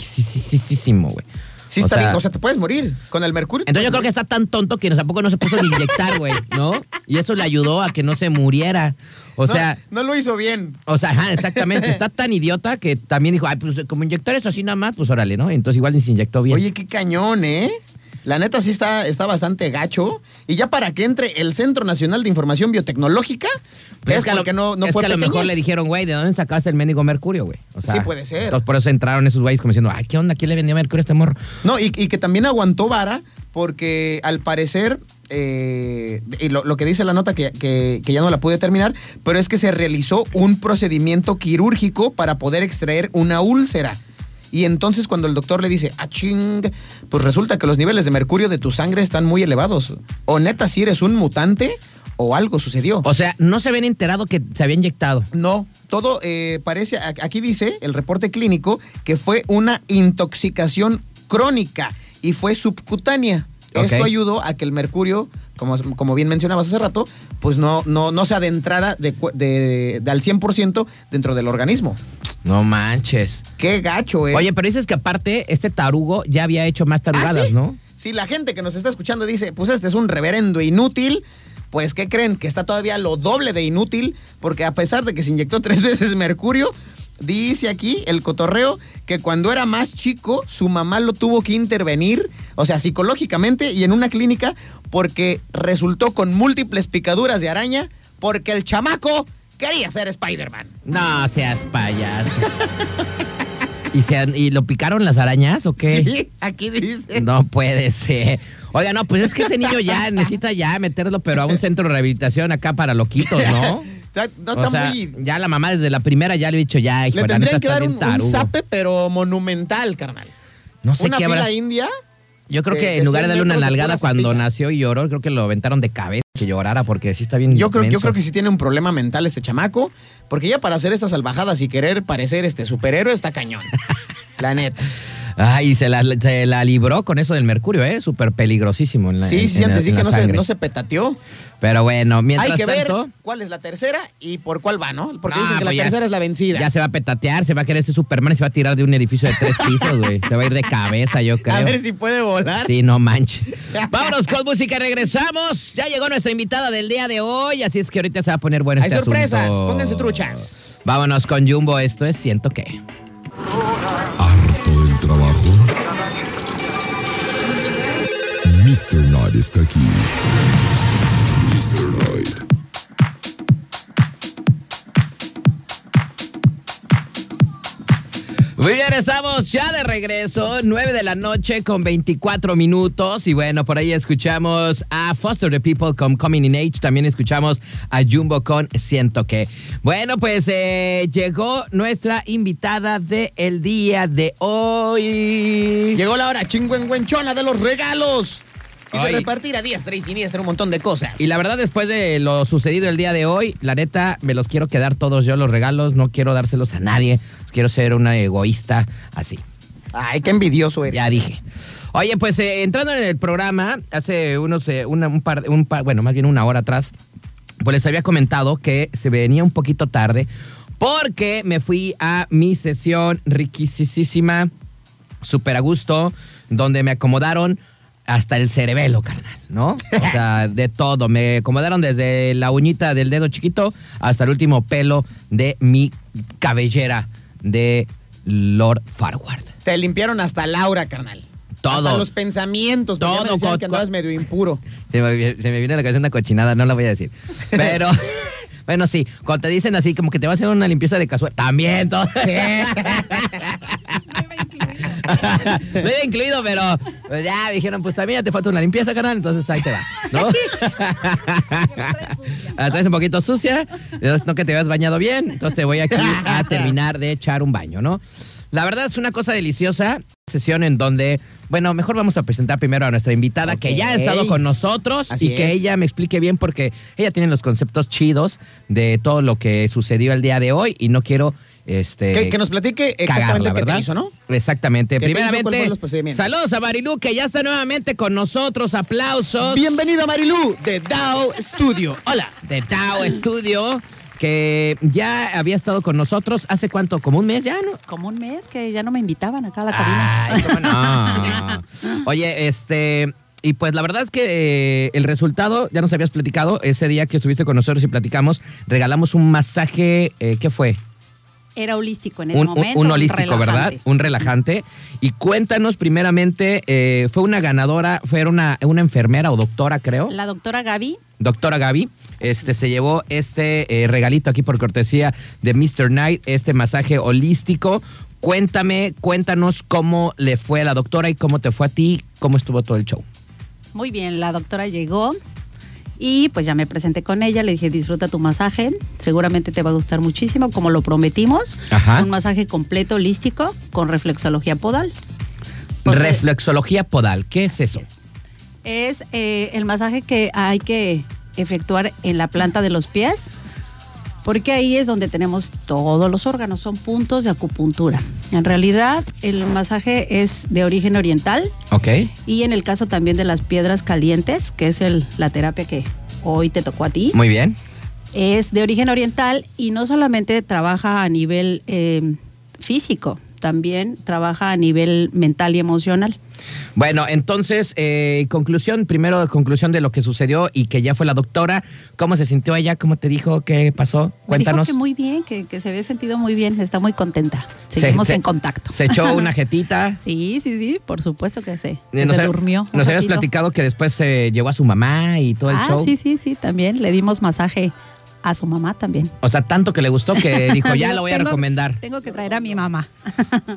S4: toxicísimo, güey.
S5: Sí,
S4: O
S5: está
S4: sea,
S5: bien. O sea, te puedes morir con el mercurio.
S4: Entonces yo creo que está tan tonto que tampoco no se puso ni inyectar, güey, ¿no? Y eso le ayudó a que no se muriera. O
S5: No,
S4: sea,
S5: No, lo hizo bien.
S4: o sea, ajá, exactamente. Está tan idiota que también dijo, ay, pues como inyectores así nada más, pues órale, ¿no? Entonces igual ni se inyectó bien.
S5: Oye, qué cañón, ¿eh? La neta sí está, está bastante gacho. Y ya para que entre el Centro Nacional de Información Biotecnológica,
S4: Pues
S5: es,
S4: a lo-
S5: porque no, no
S4: es
S5: fue
S4: que a lo mejor
S5: pequeñez.
S4: le dijeron, güey, ¿de dónde sacaste el médico mercurio, güey? O
S5: Sí, puede ser.
S4: Entonces por eso entraron esos güeyes como diciendo, ay, ¿qué onda? ¿Quién le vendió mercurio a este morro?
S5: No, y, y que también aguantó vara porque al parecer, eh, y lo, lo que dice la nota que, que- que ya no la pude terminar, pero es que se realizó un procedimiento quirúrgico para poder extraer una úlcera. Y entonces cuando el doctor le dice, ah, ching, pues resulta que los niveles de mercurio de tu sangre están muy elevados. O neta, si eres un mutante o algo sucedió.
S4: O sea, no se habían enterado que se había inyectado.
S5: No, todo eh, parece, a- aquí dice el reporte clínico que fue una intoxicación crónica y fue subcutánea.
S4: Ok.
S5: Esto ayudó a que el mercurio, como, como bien mencionabas hace rato, pues no, no, no se adentrara de, cu- de- de al 100% dentro del organismo.
S4: No manches.
S5: Qué gacho, eh.
S4: Oye, pero dices que aparte, este tarugo ya había hecho más
S5: ¿Ah,
S4: tarugadas,
S5: sí?
S4: ¿no?
S5: Si la gente que nos está escuchando dice, pues este es un reverendo inútil, pues ¿qué creen? Que está todavía lo doble de inútil, porque a pesar de que se inyectó tres veces mercurio, dice aquí el cotorreo que cuando era más chico su mamá lo tuvo que intervenir, o sea, psicológicamente y en una clínica, porque resultó con múltiples picaduras de araña, porque el chamaco quería ser Spider-Man.
S4: No seas payaso. ¿Y, se han- ¿Y lo picaron las arañas o qué?
S5: Sí, aquí dice.
S4: No puede ser. Oiga, no, pues es que ese niño ya necesita ya meterlo, pero a un centro de rehabilitación acá para loquitos, ¿no?
S5: Está- no está
S4: O sea,
S5: muy...
S4: Ya la mamá desde la primera ya le he dicho, ya, hijo,
S5: Le
S4: la neta
S5: tendrían que
S4: está
S5: dar
S4: bien
S5: un, un
S4: tarugo.
S5: zape, pero monumental, carnal.
S4: No sé
S5: una
S4: qué
S5: fila
S4: habrá.
S5: india.
S4: Yo creo
S5: de-
S4: que
S5: de
S4: en lugar de
S5: 100
S4: darle una
S5: metros de
S4: nalgada
S5: pura
S4: cuando
S5: sonrisa.
S4: nació y lloró, creo que lo aventaron de cabeza que llorara porque sí está bien.
S5: Yo creo, yo
S4: menso.
S5: creo que sí tiene un problema mental este chamaco, porque ya para hacer estas salvajadas y querer parecer este superhéroe está cañón. La neta.
S4: Ay, se la, se la libró con eso del mercurio, ¿eh? Súper peligrosísimo. En la,
S5: Sí,
S4: en-
S5: sí,
S4: en la-
S5: antes sí
S4: en
S5: que
S4: la
S5: no se,
S4: sangre.
S5: no se petateó.
S4: Pero bueno, mientras
S5: Hay que ver
S4: tanto.
S5: cuál es la tercera y por cuál va, ¿no? Porque
S4: Ah,
S5: dicen que la
S4: pues ya-
S5: tercera es la vencida.
S4: Ya se va a petatear, se va a querer ese Superman y se va a tirar de un edificio de tres pisos, güey. Se va a ir de cabeza, yo creo.
S5: a ver si puede volar.
S4: Sí, no manches. Vámonos con música, regresamos. Ya llegó nuestra invitada del día de hoy, así es que ahorita se va a poner bueno
S5: Hay
S4: este
S5: sorpresas,
S4: asunto.
S5: pónganse truchas.
S4: Vámonos con Jumbo, esto es Siento que.
S2: ¿Harto del trabajo? Mr. Knight está aquí. Mr. Knight.
S4: Muy bien, estamos ya de regreso, 9 de la noche con 24 minutos. Y bueno, por ahí escuchamos a Foster the People con Coming in Age. También escuchamos a Jumbo con Siento que. Bueno, pues eh, llegó nuestra invitada del día de hoy.
S5: Llegó la hora chingüengüenchona de los regalos. Y de
S4: Ay.
S5: repartir a diestra y siniestra un montón de cosas.
S4: Y la verdad, después de lo sucedido el día de hoy, la neta, me los quiero quedar todos yo los regalos. No quiero dárselos a nadie. Quiero ser una egoísta así.
S5: Ay, qué envidioso eres.
S4: Ya dije. Oye, pues eh, entrando en el programa, hace unos, eh, una- un, par, un par- bueno, más bien una hora atrás, pues les había comentado que se venía un poquito tarde porque me fui a mi sesión riquisísima, súper a gusto, donde me acomodaron hasta el cerebelo, carnal, ¿no? O sea, de todo. Me acomodaron desde la uñita del dedo chiquito hasta el último pelo de mi cabellera de Lord Farward.
S5: Te limpiaron hasta Laura, carnal.
S4: Todo.
S5: Hasta los pensamientos. Todo. Ya me
S4: Todo,
S5: decían
S4: co-
S5: que andabas
S4: co-
S5: medio impuro.
S4: Se me, vi- se me viene a la cabeza una cochinada, no la voy a decir. Pero, bueno, sí, cuando te dicen así, como que te va a hacer una limpieza de casual, también. Todo. No iba incluido, pero pues, ya me dijeron, pues también ya te falta una limpieza, carnal, entonces ahí te va, ¿no? La traes un poquito sucia, entonces, no que te habías bañado bien, entonces te voy aquí a terminar de echar un baño, ¿no? La verdad es una cosa deliciosa, sesión en donde, bueno, mejor vamos a presentar primero a nuestra invitada que ya ha estado
S5: Ok.
S4: con nosotros
S5: Así
S4: y que
S5: es.
S4: ella me explique bien porque ella tiene los conceptos chidos de todo lo que sucedió el día de hoy y no quiero... Este,
S5: que, que nos platique exactamente
S4: cagarla,
S5: qué
S4: ¿verdad?
S5: te hizo, ¿no?
S4: Exactamente.
S5: ¿Qué te hizo? ¿Cuáles
S4: Primeramente,
S5: fueron los procedimientos?
S4: saludos a Marilu, que ya está nuevamente con nosotros. Aplausos.
S5: Bienvenida, Marilú, de Dao Studio. Hola.
S4: De Tao Studio, que ya había estado con nosotros hace cuánto, como un mes ya, ¿no?
S8: Como un mes que ya no me invitaban acá a la cabina.
S4: Ay, cómo no. Ah. Oye, este. Y pues la verdad es que eh, el resultado, ya nos habías platicado, ese día que estuviste con nosotros y platicamos, regalamos un masaje, eh, ¿qué fue?
S8: Era holístico en ese
S4: un, un-
S8: momento.
S4: un holístico, ¿verdad?
S8: relajante.
S4: Un relajante. Y cuéntanos primeramente, eh, fue una ganadora, fue una, una enfermera o doctora, creo.
S8: La doctora Gaby,
S4: Doctora Gaby, este, se llevó este eh, regalito aquí por cortesía de Mr. Knight, este masaje holístico. Cuéntame, cuéntanos cómo le fue a la doctora y cómo te fue a ti, cómo estuvo todo el show.
S8: Muy bien, la doctora llegó y pues ya me presenté con ella, le dije disfruta tu masaje, seguramente te va a gustar muchísimo, como lo prometimos,
S4: Ajá.
S8: un masaje completo holístico con reflexología podal. Pues, eh,
S4: Reflexología podal, ¿qué es eso?
S8: es eh, el masaje que hay que efectuar en la planta de los pies, porque ahí es donde tenemos todos los órganos, son puntos de acupuntura. En realidad, el masaje es de origen oriental
S4: Ok.
S8: y en el caso también de las piedras calientes, que es el- la terapia que hoy te tocó a ti,
S4: Muy bien.
S8: es de origen oriental y no solamente trabaja a nivel eh, físico, también trabaja a nivel mental y emocional.
S4: Bueno, entonces, eh, conclusión, primero conclusión de lo que sucedió y que ya fue la doctora. ¿Cómo se sintió ella? ¿Cómo te dijo? ¿Qué pasó?
S8: Me dijo
S4: Cuéntanos.
S8: que muy bien, que, que se había sentido muy bien, está muy contenta.
S4: Se-
S8: Seguimos
S4: se-
S8: en contacto.
S4: Se echó una jetita.
S8: Sí, sí, sí, por supuesto que sí.
S4: Eh,
S8: Que se
S4: hab-
S8: durmió. un
S4: Nos habías
S8: ratito.
S4: platicado que después se llevó a su mamá y todo el
S8: ah,
S4: show.
S8: sí, sí, sí, también le dimos masaje a su mamá también.
S4: O sea, tanto que le gustó que Eh, dijo, ya lo voy a
S8: Tengo-
S4: recomendar.
S8: Tengo que traer a mi mamá.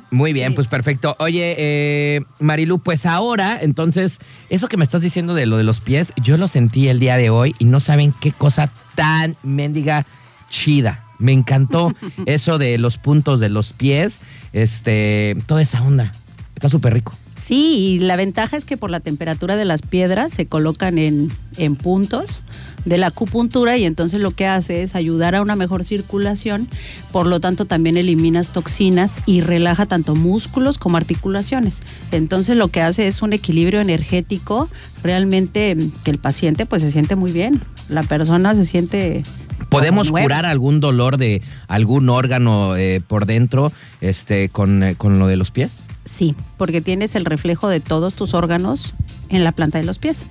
S4: Muy bien,
S8: Sí.
S4: pues perfecto. Oye, eh, Marilu, pues ahora, entonces, eso que me estás diciendo de lo de los pies, yo lo sentí el día de hoy y no saben qué cosa tan mendiga chida. Me encantó eso de los puntos de los pies, este, toda esa onda. Está súper rico.
S8: Sí, y la ventaja es que por la temperatura de las piedras se colocan en, en puntos de la acupuntura y entonces lo que hace es ayudar a una mejor circulación, por lo tanto también eliminas toxinas y relaja tanto músculos como articulaciones. Entonces lo que hace es un equilibrio energético realmente mm, que el paciente pues se siente muy bien, la persona se siente... como
S4: ¿Podemos
S8: nueva.
S4: curar algún dolor de algún órgano eh, por dentro este, con, eh, con lo de los pies?
S8: Sí, porque tienes el reflejo de todos tus órganos en la planta de los pies.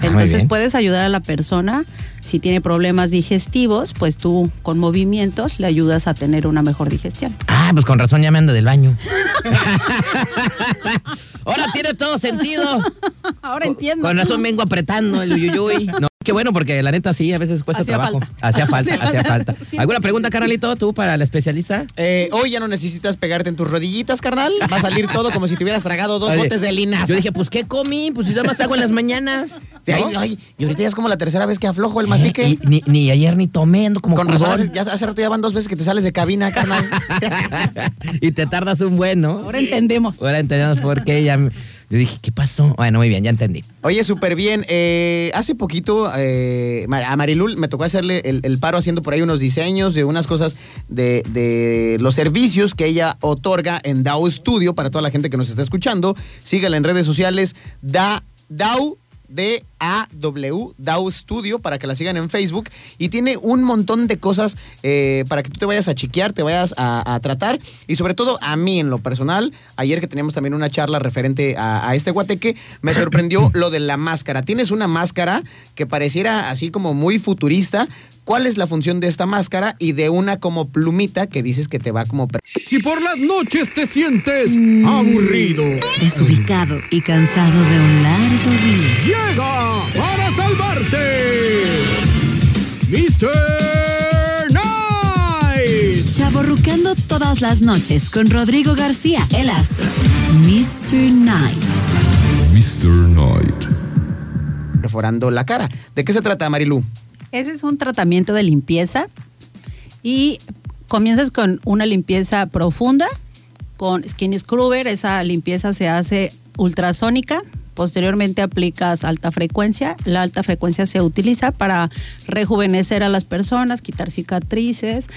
S4: Ah, muy
S8: Entonces
S4: bien.
S8: puedes ayudar a la persona, si tiene problemas digestivos, pues tú con movimientos le ayudas a tener una mejor digestión.
S4: Ah, pues con razón ya me anda del baño. Ahora tiene todo sentido.
S8: Ahora
S4: Con razón vengo apretando el uyuyuy. No, qué bueno, porque la neta sí, a veces cuesta
S8: Hacía
S4: trabajo.
S8: falta.
S4: Hacía falta,
S8: Hacía
S4: hacía
S8: falta.
S4: falta.
S8: Sí.
S4: ¿Alguna pregunta, Carolito, tú para la especialista?
S5: Eh, hoy ya no necesitas pegarte en tus rodillitas, carnal. Va a salir todo como si te hubieras tragado dos
S4: Oye,
S5: botes de linaza.
S4: Yo dije, pues ¿qué comí? Pues yo nada más hago en las mañanas.
S5: De ahí,
S4: ¿No?
S5: ay, y ahorita ya es como la tercera vez que aflojo el mastique.
S4: Eh, y ni, ni ayer ni tomé, ando como
S5: Con razón, hace,
S4: crudón.
S5: ya hace rato ya van dos veces que te sales de cabina, carnal.
S4: y te tardas un buen, ¿no?
S8: Ahora entendemos.
S4: Ahora entendemos por qué. Ya, me- yo dije, ¿qué pasó? Bueno, muy bien, ya entendí.
S5: Oye, súper bien. Eh, hace poquito eh, Mar- a Marilul me tocó hacerle el, el paro haciendo por ahí unos diseños de unas cosas de, de los servicios que ella otorga en DAO Studio para toda la gente que nos está escuchando. Sígala en redes sociales, da, DAO. d a w DAO Studio para que la sigan en Facebook y tiene un montón de cosas eh, para que tú te vayas a chiquear, te vayas a, a tratar y sobre todo a mí en lo personal, ayer que teníamos también una charla referente a, a este guateque, me sorprendió lo de la máscara. Tienes una máscara que pareciera así como muy futurista. ¿Cuál es la función de esta máscara y de una como plumita que dices que te va como... pre-
S1: Si por las noches te sientes aburrido,
S3: Desubicado y cansado de un largo día.
S1: llega para salvarte. Mr. Night.
S3: Chaborrucando todas las noches con Rodrigo García, el astro. Mr. Night.
S2: Mr. Knight.
S5: perforando la cara? ¿De qué se trata, Marilu?
S8: Ese es un tratamiento de limpieza y comienzas con una limpieza profunda con skin scrubber, esa limpieza se hace ultrasónica, posteriormente aplicas alta frecuencia, la alta frecuencia se utiliza para rejuvenecer a las personas, quitar cicatrices,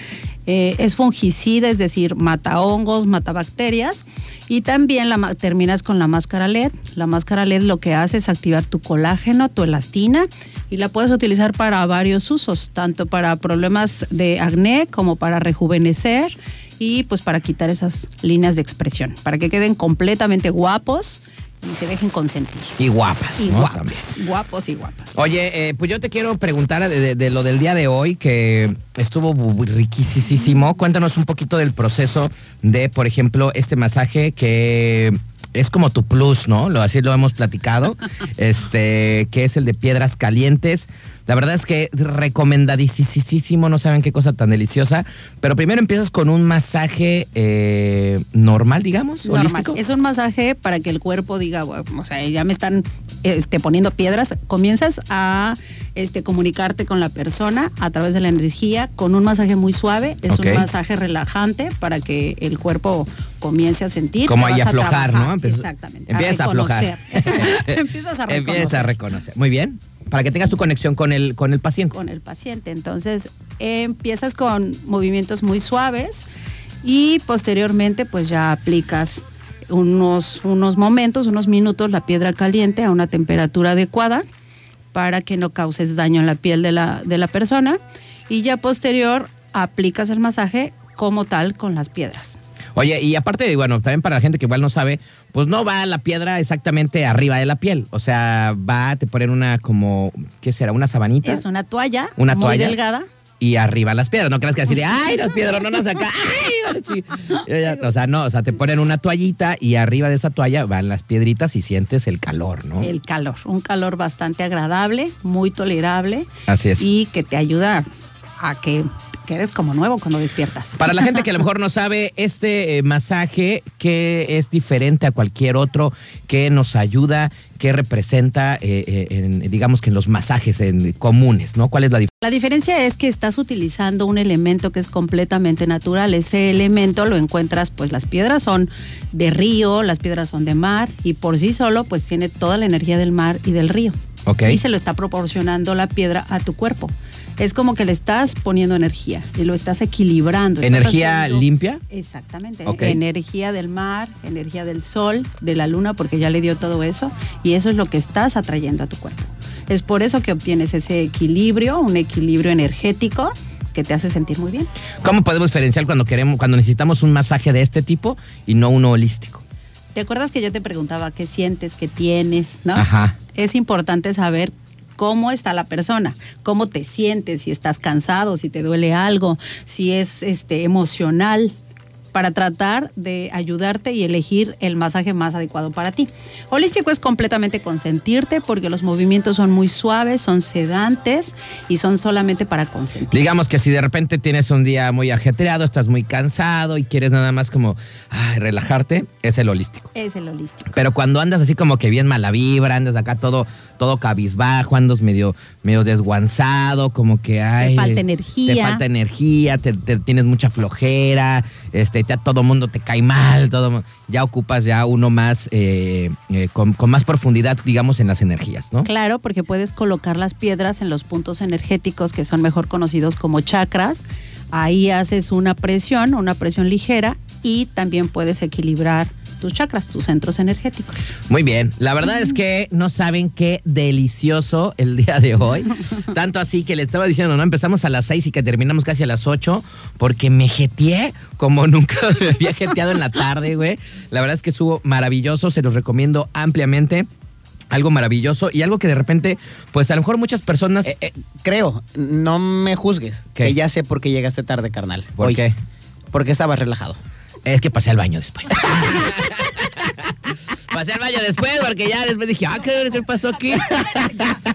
S8: eh, es fungicida, es decir, mata hongos, mata bacterias y también la ma- terminas con la máscara LED. La máscara LED lo que hace es activar tu colágeno, tu elastina y la puedes utilizar para varios usos, tanto para problemas de acné como para rejuvenecer y pues para quitar esas líneas de expresión, para que queden completamente guapos y se dejen consentir.
S4: Y guapas.
S8: Y
S4: ¿no?
S8: guapas,
S4: Ah, También.
S8: guapos y guapas.
S4: Oye, eh, pues yo te quiero preguntar de, de- de lo del día de hoy, que estuvo bu- bu- riquisísimo. Cuéntanos un poquito del proceso de, por ejemplo, este masaje que es como tu plus, ¿no? Lo, así lo hemos platicado, este, que es el de piedras calientes. La verdad es que es recomendadísimo, no saben qué cosa tan deliciosa. Pero primero empiezas con un masaje eh, normal, digamos,
S8: Normal.
S4: holístico.
S8: Es un masaje para que el cuerpo diga, "Guau, o sea, ya me están este, poniendo piedras. Comienzas a este, comunicarte con la persona a través de la energía con un masaje muy suave. Es
S4: Ok.
S8: un masaje relajante para que el cuerpo comience a sentir.
S4: Como
S8: Te
S4: ahí
S8: vas
S4: aflojar,
S8: trabajar.
S4: ¿no? Empiezas-
S8: Exactamente.
S4: Empiezas a, aflojar.
S8: reconocer. Empiezas a reconocer.
S4: Empiezas a reconocer. Muy bien. Para que tengas tu conexión con el, con el paciente.
S8: con el paciente. Entonces empiezas con movimientos muy suaves y posteriormente pues ya aplicas unos, unos momentos, unos minutos la piedra caliente a una temperatura adecuada para que no causes daño en la piel de la, de la persona y ya posterior aplicas el masaje como tal con las piedras.
S4: Oye, y aparte, bueno, también para la gente que igual no sabe, pues no va la piedra exactamente arriba de la piel. O sea, va, te ponen una como, ¿qué será? Una sabanita.
S8: Es una toalla
S4: Una
S8: muy
S4: toalla.
S8: delgada.
S4: Y arriba las piedras. No creas que así de, ay, las piedras no nos acá. Ay, ahora sí". Ya, ya, O sea, no, o sea, te ponen una toallita y arriba de esa toalla van las piedritas y sientes el calor, ¿no?
S8: El calor, un calor bastante agradable, muy tolerable.
S4: Así es.
S8: Y que te ayuda a que quedes como nuevo cuando despiertas.
S4: Para la gente que a lo mejor no sabe, este eh, masaje que es diferente a cualquier otro, que nos ayuda, que representa, eh, eh, en, digamos que en los masajes en, comunes, ¿no? ¿Cuál es la diferencia?
S8: La diferencia es que estás utilizando un elemento que es completamente natural. Ese elemento lo encuentras, pues las piedras son de río, las piedras son de mar y por sí solo pues tiene toda la energía del mar y del río.
S4: Ok.
S8: Y se lo está proporcionando la piedra a tu cuerpo. Es como que le estás poniendo energía y lo estás equilibrando. estás
S4: ¿Energía
S8: haciendo-
S4: limpia?
S8: Exactamente.
S4: Ok.
S8: Energía del mar, energía del sol, de la luna, porque ya le dio todo eso. Y eso es lo que estás atrayendo a tu cuerpo. Es por eso que obtienes ese equilibrio, un equilibrio energético que te hace sentir muy bien.
S4: ¿Cómo podemos diferenciar cuando queremos, cuando necesitamos un masaje de este tipo y no uno holístico?
S8: ¿Te acuerdas que yo te preguntaba qué sientes, qué tienes, no?
S4: Ajá.
S8: Es importante saber cómo está la persona, cómo te sientes, si estás cansado, si te duele algo, si es este emocional para tratar de ayudarte y elegir el masaje más adecuado para ti. Holístico es completamente consentirte porque los movimientos son muy suaves, son sedantes y son solamente para consentir.
S4: Digamos que si de repente tienes un día muy ajetreado, estás muy cansado y quieres nada más como ay, relajarte, es el holístico.
S8: Es el holístico.
S4: Pero cuando andas así como que bien mala vibra, andas acá todo, todo cabizbajo, andas medio, medio desguanzado, como que ay,
S8: falta energía.
S4: Te falta energía, te, te- tienes mucha flojera, este, ya todo mundo te cae mal, todo mu- ya ocupas ya uno más eh, eh, con, con más profundidad, digamos, en las energías, ¿no?
S8: Claro, porque puedes colocar las piedras en los puntos energéticos que son mejor conocidos como chakras. Ahí haces una presión, una presión ligera y también puedes equilibrar tus chakras, tus centros energéticos.
S4: Muy bien, la verdad es que no saben qué delicioso el día de hoy. Tanto así que le estaba diciendo, no empezamos a las 6 y que terminamos casi a las 8 porque me jeteé como nunca me había jeteado en la tarde, güey. La verdad es que estuvo maravilloso, se los recomiendo ampliamente. Algo maravilloso y algo que de repente, pues a lo mejor muchas personas...
S5: Eh, eh, creo, no me juzgues,
S4: ¿Qué?
S5: que ya sé por qué llegaste tarde, carnal.
S4: ¿Por
S5: Hoy.
S4: qué?
S5: Porque estabas relajado.
S4: Es que pasé al baño después. pasé al baño después porque ya después dije, ah, ¿qué, qué pasó aquí?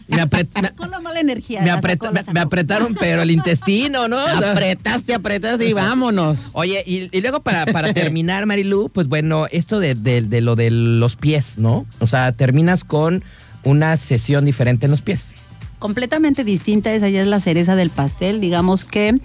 S4: Me apret- me-
S8: Con la mala energía.
S4: me,
S8: la
S4: apret-
S8: sacó, la
S4: me, me
S8: sacó.
S4: apretaron, pero el intestino, ¿no? O sea,
S5: Apretaste, apretaste y vámonos.
S4: Oye, y, y luego para, para terminar, Marilu, pues bueno, esto de, de- de lo de los pies, ¿no? O sea, terminas con una sesión diferente en los pies.
S8: completamente distinta, esa ya es la cereza del pastel, digamos que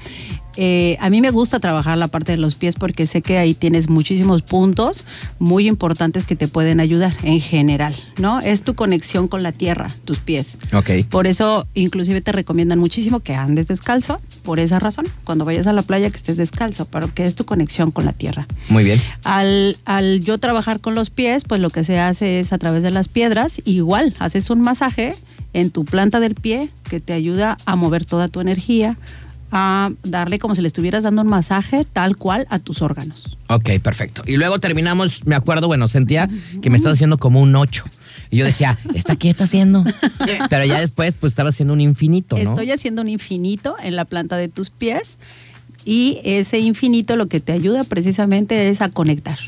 S8: eh, a mí me gusta trabajar la parte de los pies porque sé que ahí tienes muchísimos puntos muy importantes que te pueden ayudar en general, ¿no? Es tu conexión con la tierra, tus pies.
S4: Ok.
S8: Por eso inclusive te recomiendan muchísimo que andes descalzo, por esa razón, cuando vayas a la playa que estés descalzo, pero que es tu conexión con la tierra.
S4: Muy bien.
S8: Al, al yo trabajar con los pies, pues lo que se hace es a través de las piedras, igual haces un masaje en tu planta del pie que te ayuda a mover toda tu energía, a darle como si le estuvieras dando un masaje tal cual a tus órganos.
S4: Ok, perfecto. Y luego terminamos, me acuerdo, bueno, sentía que me estaba haciendo como un 8. Y yo decía, ¿esta qué está haciendo? Pero ya después, pues estaba haciendo un infinito, ¿no?
S8: Estoy haciendo un infinito en la planta de tus pies y ese infinito lo que te ayuda precisamente es a conectar.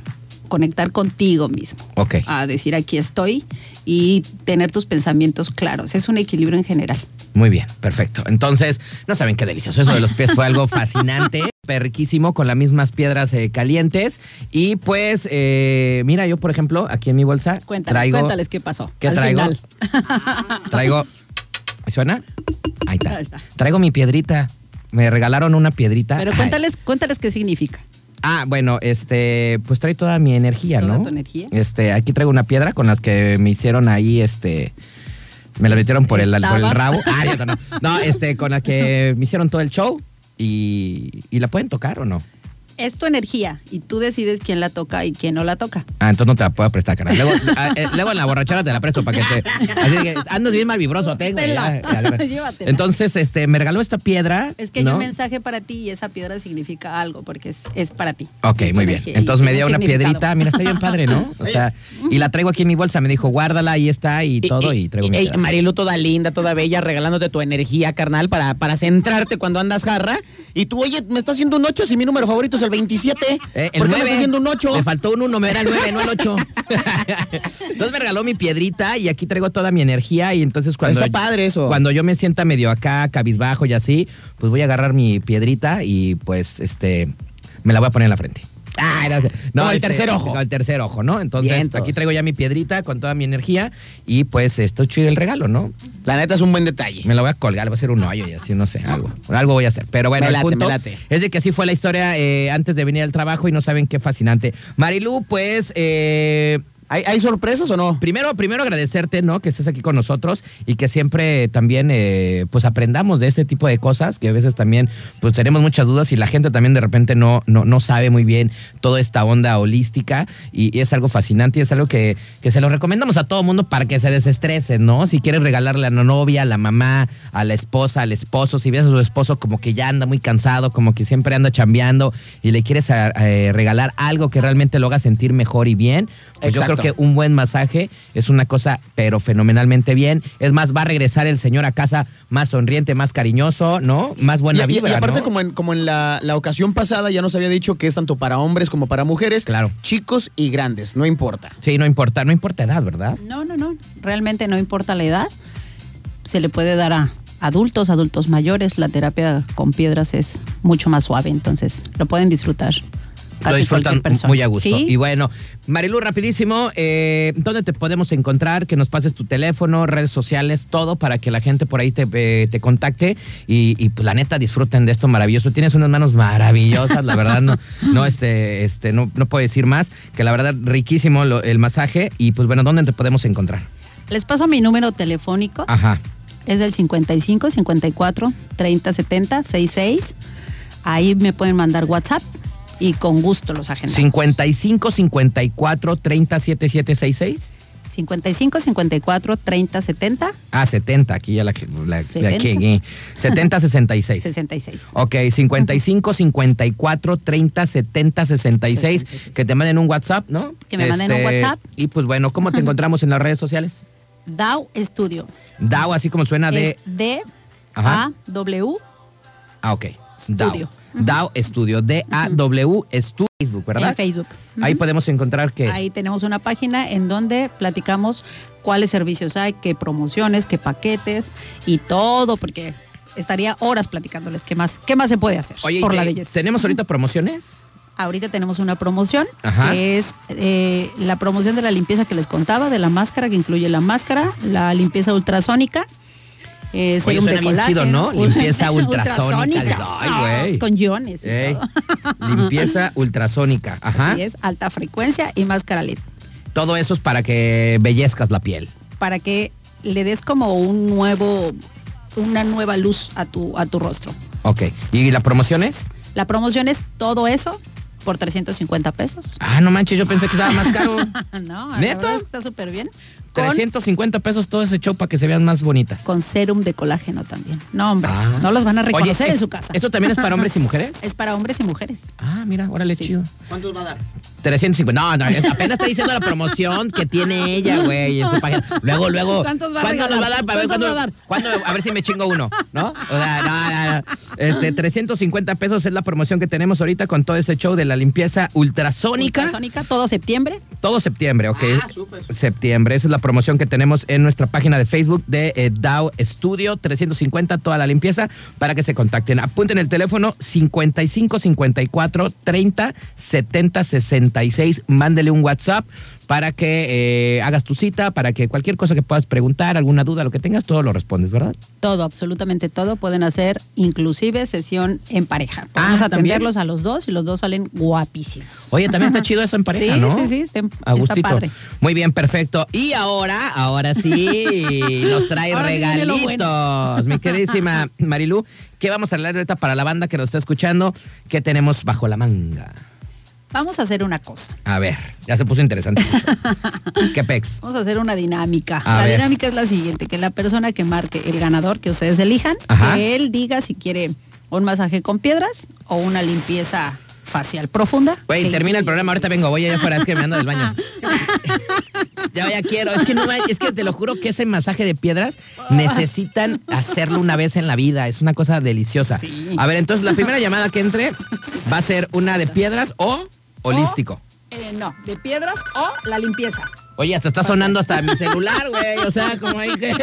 S8: conectar contigo mismo.
S4: Ok.
S8: A decir aquí estoy y tener tus pensamientos claros. Es un equilibrio en general.
S4: Muy bien, perfecto. Entonces, no saben qué delicioso. Eso de los pies fue algo fascinante, fue riquísimo, con las mismas piedras eh, calientes. Y pues, eh, mira, yo, por ejemplo, aquí en mi bolsa
S8: Cuéntales,
S4: traigo.
S8: cuéntales qué pasó.
S4: ¿Qué
S8: al
S4: traigo?
S8: final.
S4: Traigo. ¿Me suena? Ahí está.
S8: Ahí está.
S4: Traigo mi piedrita. Me regalaron una piedrita.
S8: Pero
S4: Ah, Ay.
S8: cuéntales, cuéntales qué significa.
S4: Ah, bueno, este, pues trae toda mi energía,
S8: Toda
S4: ¿no?
S8: tu energía.
S4: Este, aquí traigo una piedra con las que me hicieron ahí, este, me la metieron por el, por el
S8: Estaba.
S4: rabo. Ah, ya, no, no, este, con la que me hicieron todo el show y, y la pueden tocar o no.
S8: Es tu energía y tú decides quién la toca y quién no la toca.
S4: Ah, entonces no te la puedo prestar, carnal. Luego, ah, eh, luego en la borrachera te la presto para que te. Así que andas bien mal vibroso, tengo.
S8: Tela. Llévatela.
S4: Entonces, este, me regaló esta piedra.
S8: Es que hay
S4: ¿no?
S8: un mensaje para ti y esa piedra significa algo porque es, es para ti.
S4: Ok,
S8: Es tu
S4: muy bien.
S8: energía y
S4: Entonces me
S8: tiene
S4: dio una
S8: significado.
S4: piedrita, mira, está bien padre, ¿no? O sea, y la traigo aquí en mi bolsa, me dijo, guárdala, ahí está, y todo, y traigo mi
S5: Ey,
S4: piedra.
S5: Marilu, toda linda, toda bella, regalándote tu energía, carnal, para, para centrarte cuando andas jarra. Y tú, oye, me estás haciendo un 8 si mi número favorito es el 27.
S4: Eh, el
S5: ¿Por qué me
S4: nueve.
S5: estás haciendo un 8?
S4: Me faltó un 1, me era el 9, no el 8. entonces me regaló mi piedrita y aquí traigo toda mi energía y entonces cuando...
S5: Está padre eso.
S4: Cuando yo me sienta medio acá, cabizbajo y así, pues voy a agarrar mi piedrita y pues, este, me la voy a poner en la frente. Ah, gracias.
S5: Como el tercer ojo.
S4: Como el tercer ojo, ¿no? Entonces,
S5: Vientos.
S4: aquí traigo ya mi piedrita con toda mi energía y pues esto chido el regalo, ¿no?
S5: La neta es un buen detalle.
S4: Me la voy a colgar, va a ser un hoyo y así, no sé, algo. Algo voy a hacer. Pero bueno,
S5: Me late,
S4: el punto
S5: me late.
S4: es de que así fue la historia eh, antes de venir al trabajo y no saben qué fascinante. Marilu, pues, eh,
S5: ¿Hay, hay sorpresas o no?
S4: primero, primero agradecerte, ¿no? Que estés aquí con nosotros y que siempre también, eh, pues, aprendamos de este tipo de cosas, que a veces también, pues, tenemos muchas dudas y la gente también de repente no, no, no sabe muy bien toda esta onda holística y, y es algo fascinante y es algo que, que se lo recomendamos a todo mundo para que se desestrese, ¿no? Si quieres regalarle a la novia, a la mamá, a la esposa, al esposo, si ves a su esposo como que ya anda muy cansado, como que siempre anda chambeando y le quieres a- eh, regalar algo que realmente lo haga sentir mejor y bien, pues yo creo
S5: Exacto.
S4: que un buen masaje es una cosa, pero fenomenalmente bien. Es más, va a regresar el señor a casa más sonriente, más cariñoso, ¿no? Más buena
S5: y, y- y
S4: vibra.
S5: aparte,
S4: ¿no?
S5: como en, como en la, la ocasión pasada, ya nos había dicho que es tanto para hombres como para mujeres.
S4: Claro.
S5: Chicos y grandes, no importa.
S4: Sí, no importa, no importa edad, ¿verdad?
S8: No, no, no. Realmente no importa la edad. Se le puede dar a adultos, adultos mayores. La terapia con piedras es mucho más suave, entonces lo pueden disfrutar.
S4: lo
S8: casi
S4: disfrutan
S8: cualquier persona.
S4: muy a gusto.
S8: Sí,
S4: Y bueno, Marilu, rapidísimo, eh, ¿dónde te podemos encontrar? Que nos pases tu teléfono, redes sociales, todo para que la gente por ahí te, eh, te contacte y, y, pues la neta disfruten de esto maravilloso. Tienes unas manos maravillosas, la verdad, no, no, este, este, no, no puedo decir más, que la verdad riquísimo lo- el masaje y pues bueno, ¿dónde te podemos encontrar?
S8: Les paso mi número telefónico.
S4: Ajá.
S8: Es del 55 54 30 70 66. Ahí me pueden mandar WhatsApp y con gusto los agendamos.
S4: 55 54 30 7766.
S8: 55 54 30 70
S4: Ah, 70, aquí ya la, que- la, la
S8: 70.
S4: que- 70 66.
S8: 66.
S4: Ok, 55 54 30 70 66. Que te manden un WhatsApp, ¿no?
S8: Que me manden un WhatsApp.
S4: Y pues bueno, ¿cómo te encontramos en las redes sociales?
S8: DAO Studio.
S4: DAO, así como suena Ah, de.
S8: Es D
S4: Ajá.
S8: A W
S4: Ah, ok. DAO.
S8: Studio.
S4: DAO Studio. D-A-W Studio. Facebook, ¿verdad?
S8: en Facebook.
S4: Ahí podemos encontrar que.
S8: Ahí tenemos una página en donde platicamos cuáles servicios hay, qué promociones, qué paquetes y todo, porque estaría horas platicándoles qué más, qué más se puede hacer
S4: Oye, y
S8: por
S4: te-
S8: la belleza.
S4: ¿tenemos ahorita promociones?
S8: Ahorita tenemos una promoción
S4: Ajá.
S8: que es eh, la promoción de la limpieza que les contaba, de la máscara que incluye la máscara, la limpieza ultrasónica.
S4: Oye,
S8: Eh, serum de
S4: suena bien
S8: colágeno,
S4: chido, ¿no?
S8: ul-
S4: Limpieza ultrasónica. Dices, Ay, güey.
S8: Con iones. y
S4: Ey, ¿Ah?
S8: todo.
S4: limpieza ultrasónica. Ajá.
S8: Así es, alta frecuencia y máscara LED.
S4: Todo eso es para que bellezcas la piel.
S8: Para que le des como un nuevo, una nueva luz a tu, a tu rostro.
S4: Ok. ¿Y las promociones?
S8: La promoción es todo eso por 350 pesos.
S4: Ah, no manches, yo pensé que estaba más caro.
S8: Ah, no, la
S4: ¿Neta?
S8: verdad es que está súper bien. Con,
S4: 350 pesos todo ese show para que se vean más bonitas.
S8: con serum de colágeno también. No, hombre,
S4: Ah.
S8: no los van a reconocer
S4: Oye,
S8: en
S4: ¿es-
S8: su casa.
S4: ¿Esto también es para hombres y mujeres?
S8: es para hombres y mujeres.
S4: Ah, mira, órale,
S8: Sí.
S4: chido.
S5: ¿Cuántos va a dar?
S4: 350. No, no, apenas está diciendo la promoción que tiene ella, güey, en su página. Luego, luego.
S8: ¿Cuántos va a
S4: ¿Cuándo nos va a
S8: regalar?
S4: dar? Para ver
S8: ¿Cuántos
S4: cuándo-
S8: va a dar?
S4: cuándo- a ver si me chingo uno, ¿no? O sea, no, no, no, sea, este, 350 pesos es la promoción que tenemos ahorita con todo este show de la limpieza ultrasónica.
S8: Ultrasónica, todo septiembre.
S4: Todo septiembre, ok.
S5: Ah, súper, súper.
S4: Septiembre, esa es la promoción que tenemos en nuestra página de Facebook de eh, DAO Studio 350, toda la limpieza, para que se contacten. Apunten el teléfono 55 54 30 70 66. Mándele un WhatsApp para que eh, hagas tu cita, para que cualquier cosa que puedas preguntar, alguna duda, lo que tengas, todo lo respondes, ¿verdad?
S8: Todo, absolutamente todo. Pueden hacer inclusive sesión en pareja.
S4: Ah,
S8: Vamos a
S4: también.
S8: atenderlos a los dos y los dos salen guapísimos.
S4: Oye, también está chido eso en pareja,
S8: Sí,
S4: ¿no?
S8: sí, sí, está-
S4: A
S8: está
S4: gustito.
S8: padre.
S4: Muy bien, perfecto. Y ahora, ahora sí, nos trae
S8: Ahora sí viene lo
S4: regalitos. Mi queridísima Marilu, ¿qué vamos a hablar ahorita para la banda que nos está escuchando? ¿Qué tenemos bajo la manga?
S8: Vamos a hacer una cosa.
S4: A ver, ya se puso interesante. ¿Qué pex?
S8: Vamos a hacer una dinámica.
S4: A
S8: la
S4: ver.
S8: dinámica es la siguiente, que la persona que marque el ganador que ustedes elijan,
S4: Ajá.
S8: que él diga si quiere un masaje con piedras o una limpieza facial profunda.
S4: Güey,
S8: Que
S4: termina el
S8: incluye-
S4: programa, ahorita vengo, voy allá afuera, es que me ando del baño. Ya, ya quiero, es que no hay- es que te lo juro que ese masaje de piedras necesitan hacerlo una vez en la vida, es una cosa deliciosa.
S8: Sí.
S4: A ver, entonces la primera llamada que entre va a ser una de piedras o holístico.
S8: O, eh, no, de piedras o la limpieza.
S4: Oye, hasta está sonando hasta mi celular, güey, o sea, como hay que...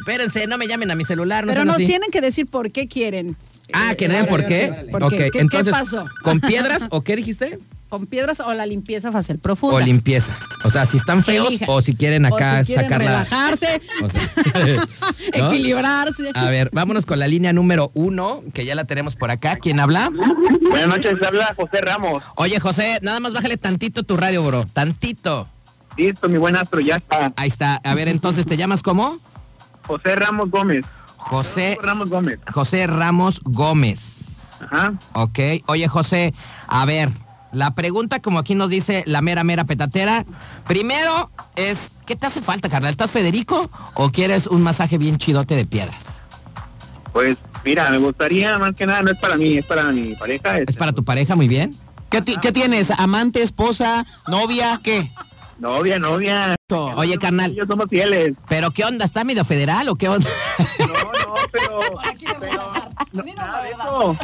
S4: Espérense, no me llamen a mi celular, no
S8: Pero
S4: sean
S8: nos
S4: así.
S8: tienen que decir por qué quieren.
S4: Ah,
S8: eh,
S4: que den por
S8: sí,
S4: qué.
S8: por
S4: Ok,
S8: qué. ¿Qué- ¿Qué,
S4: entonces,
S8: pasó?
S4: ¿Con piedras o qué dijiste?
S8: ¿Con piedras o la limpieza facial profunda?
S4: O limpieza. O sea, si están
S8: Que
S4: feos
S8: elijan.
S4: o si quieren
S8: O
S4: acá
S8: si quieren
S4: sacarla.
S8: relajarse,
S4: O sea, ¿no?
S8: equilibrarse.
S4: A ver, vámonos con la línea número uno, que ya la tenemos por acá. ¿Quién habla?
S9: Buenas noches, habla José Ramos.
S4: Oye, José, nada más bájale tantito tu radio, bro. Tantito.
S9: Listo, mi buen astro, ya está.
S4: Ahí está. A ver, entonces, ¿te llamas cómo?
S9: José Ramos Gómez.
S4: José,
S9: Ramos Gómez.
S4: José Ramos Gómez.
S9: Ajá.
S4: Ok. Oye, José, a ver, la pregunta, como aquí nos dice la mera, mera petatera, primero es, ¿qué te hace falta, carnal? ¿Estás Federico o quieres un masaje bien chidote de piedras?
S9: Pues mira, me gustaría, más que nada, no es para mí, es para mi pareja. este,
S4: ¿Es para tu pareja? Muy bien.
S5: ¿Qué, ti- qué tienes? ¿Amante, esposa, novia? ¿Qué?
S9: Novia, novia.
S4: Oye, carnal.
S9: Ellos somos fieles.
S4: ¿Pero qué onda? ¿Está medio federal o qué onda?
S9: No, no, pero... pero no, nada de eso.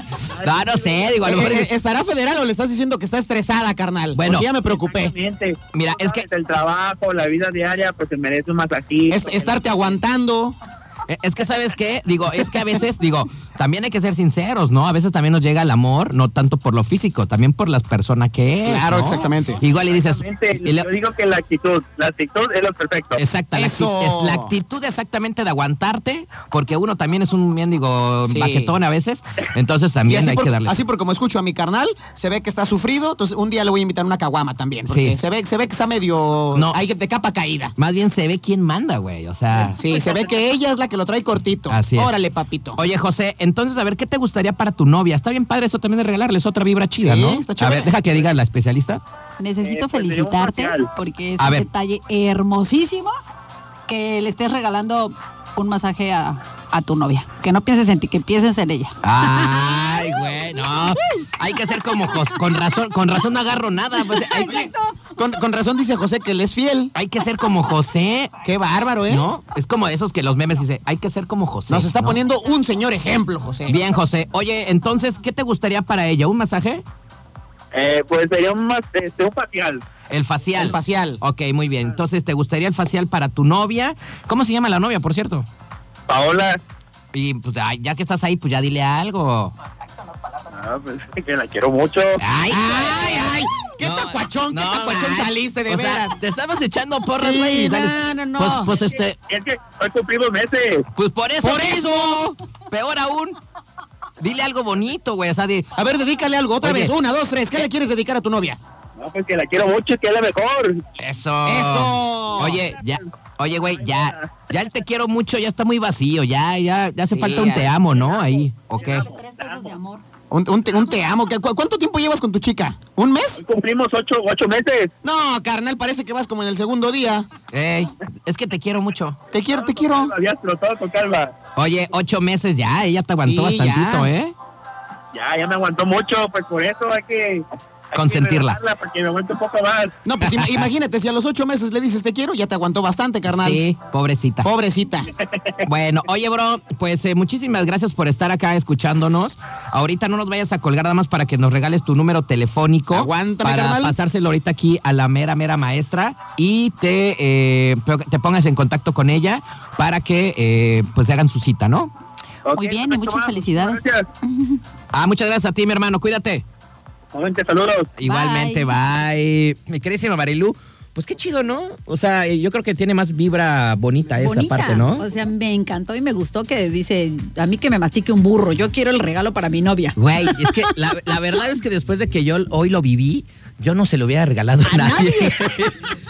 S4: No, no sé, digo, a lo
S5: Eh,
S4: mejor...
S5: eh, ¿Estará federal o le estás diciendo que está estresada, carnal?
S4: Bueno.
S5: Bueno, ya me preocupé.
S9: Exactamente.
S4: Mira,
S9: Tú
S4: es que-
S9: sabes, El trabajo, la vida diaria, pues se merece un masajito.
S5: Es- estarte aguantando.
S4: Eh, Es que, ¿sabes qué? Digo, es que a veces, digo, también hay que ser sinceros, ¿no? A veces también nos llega el amor, no tanto por lo físico, también por las personas que es.
S5: Claro,
S4: ¿no?
S5: exactamente.
S4: Igual y dices.
S9: Exactamente,
S4: y le-
S9: Yo digo que la actitud, la actitud es lo perfecto.
S4: Exacta, la actitud,
S5: Eso.
S4: es la actitud exactamente de aguantarte, porque uno también es un mendigo
S5: Sí.
S4: baquetón a veces, entonces
S5: Y
S4: también
S5: así
S4: hay
S5: por,
S4: que darle.
S5: así por como escucho a mi carnal, se ve que está sufrido. Entonces, un día le voy a invitar una caguama también. Porque
S4: Sí.
S5: se, ve, se ve que está medio.
S4: No.
S5: No. Hay de capa caída.
S4: Más bien se ve quién manda, güey, o sea.
S5: Sí, se ve que ella es la que lo trae cortito.
S4: Ah. Así es.
S5: Órale, papito.
S4: Oye, José, entonces, a ver, ¿qué te gustaría para tu novia? Está bien padre eso también de regalarles otra vibra chida,
S5: Sí,
S4: ¿no?
S5: está
S4: a
S5: chévere.
S4: ver, deja que diga la especialista.
S8: Necesito
S9: Eh, pues, sería un
S8: felicitarte
S9: facial.
S8: porque es
S4: A
S8: un
S4: ver.
S8: detalle hermosísimo que le estés regalando un masaje a, a tu novia. Que no pienses en ti, que pienses en ella.
S4: Ay, güey, no. Hay que ser como Jos- con razón, con razón no agarro nada. pues, hay, que,
S5: Con, con razón dice José que él es fiel.
S4: hay que ser como José,
S5: Qué bárbaro, ¿eh?
S4: ¿no? Es como esos que los memes dicen, hay que ser como José.
S5: Nos está
S4: ¿no?
S5: poniendo un señor ejemplo, José.
S4: Bien, José. Oye, entonces, ¿qué te gustaría para ella? ¿Un masaje?
S9: Eh, pues sería un, mas- este, un facial.
S4: El facial.
S5: El facial.
S4: Ok, muy bien. Entonces, ¿te gustaría el facial para tu novia? ¿Cómo se llama la novia, por cierto?
S9: Paola,
S4: Y pues, ay, ya que estás ahí, pues ya dile algo.
S9: ah, pues, que la quiero mucho.
S4: Ay,
S5: Ay, ay, qué tacuachón, qué tacuachón
S4: man.
S5: saliste, de
S4: O sea,
S5: veras.
S4: te estamos echando porras,
S5: Sí,
S4: güey. y
S5: no,
S4: sales-
S5: no, no.
S4: Pues, pues este,
S9: Es que hoy cumplimos meses.
S4: Pues por eso.
S5: Por
S4: mismo. Peor aún. Dile algo bonito, güey. O sea, di-
S5: A ver, dedícale algo otra
S4: Oye. Eh.
S5: vez. Una, dos, tres. ¿Qué le quieres dedicar a tu novia?
S9: No, pues que la quiero mucho, que es la mejor.
S4: Eso.
S5: Eso.
S4: Oye, ya. Oye, güey, ya. Ya el te quiero mucho, ya está muy vacío. Ya, ya, ya hace
S5: Sí,
S4: falta un
S5: ya.
S4: te amo, ¿no? Ahí. Ok.
S8: Tres pesos de amor.
S5: Un, un te, un te amo. ¿Qué- cu- ¿Cuánto tiempo llevas con tu chica? ¿Un mes?
S9: Hoy cumplimos ocho, ocho meses.
S5: No, carnal, parece que vas como en el segundo día.
S4: Ey, es que te quiero mucho.
S5: Te quiero, te quiero.
S9: Habías trotado con calma.
S4: Oye, ocho meses ya, ella te aguantó
S5: Sí,
S4: bastantito,
S5: ya.
S4: ¿eh?
S9: Ya, ya me aguantó mucho, pues por eso hay que, que
S4: Consentirla.
S9: rebajarla Porque me aguante un poco más.
S5: No, pues im- imagínate, si a los ocho meses le dices te quiero, ya te aguantó bastante, carnal.
S4: Sí, pobrecita.
S5: Pobrecita.
S4: Bueno, oye, bro, pues eh, muchísimas gracias por estar acá escuchándonos. Ahorita no nos vayas a colgar nada más para que nos regales tu número telefónico.
S5: Aguántame,
S4: Para
S5: carnal.
S4: pasárselo ahorita aquí a la mera, mera maestra y te, eh, pe- te pongas en contacto con ella para que eh, pues se hagan su cita, ¿no?
S9: Ok,
S8: Muy bien, y
S9: perfecto,
S8: muchas
S9: va.
S8: felicidades.
S9: Gracias.
S4: Ah, muchas gracias a ti, mi hermano. Cuídate.
S9: Nuevamente, saludos.
S4: Igualmente, bye. Mi queridísima Marilu, pues qué chido, ¿no? O sea, yo creo que tiene más vibra bonita, esa
S8: Bonita.
S4: parte, ¿no?
S8: O sea, me encantó y me gustó que dice, a mí que me mastique un burro, yo quiero el regalo para mi novia.
S4: Güey, es que la, la verdad es que después de que yo hoy lo viví, yo no se lo hubiera regalado a,
S8: A nadie.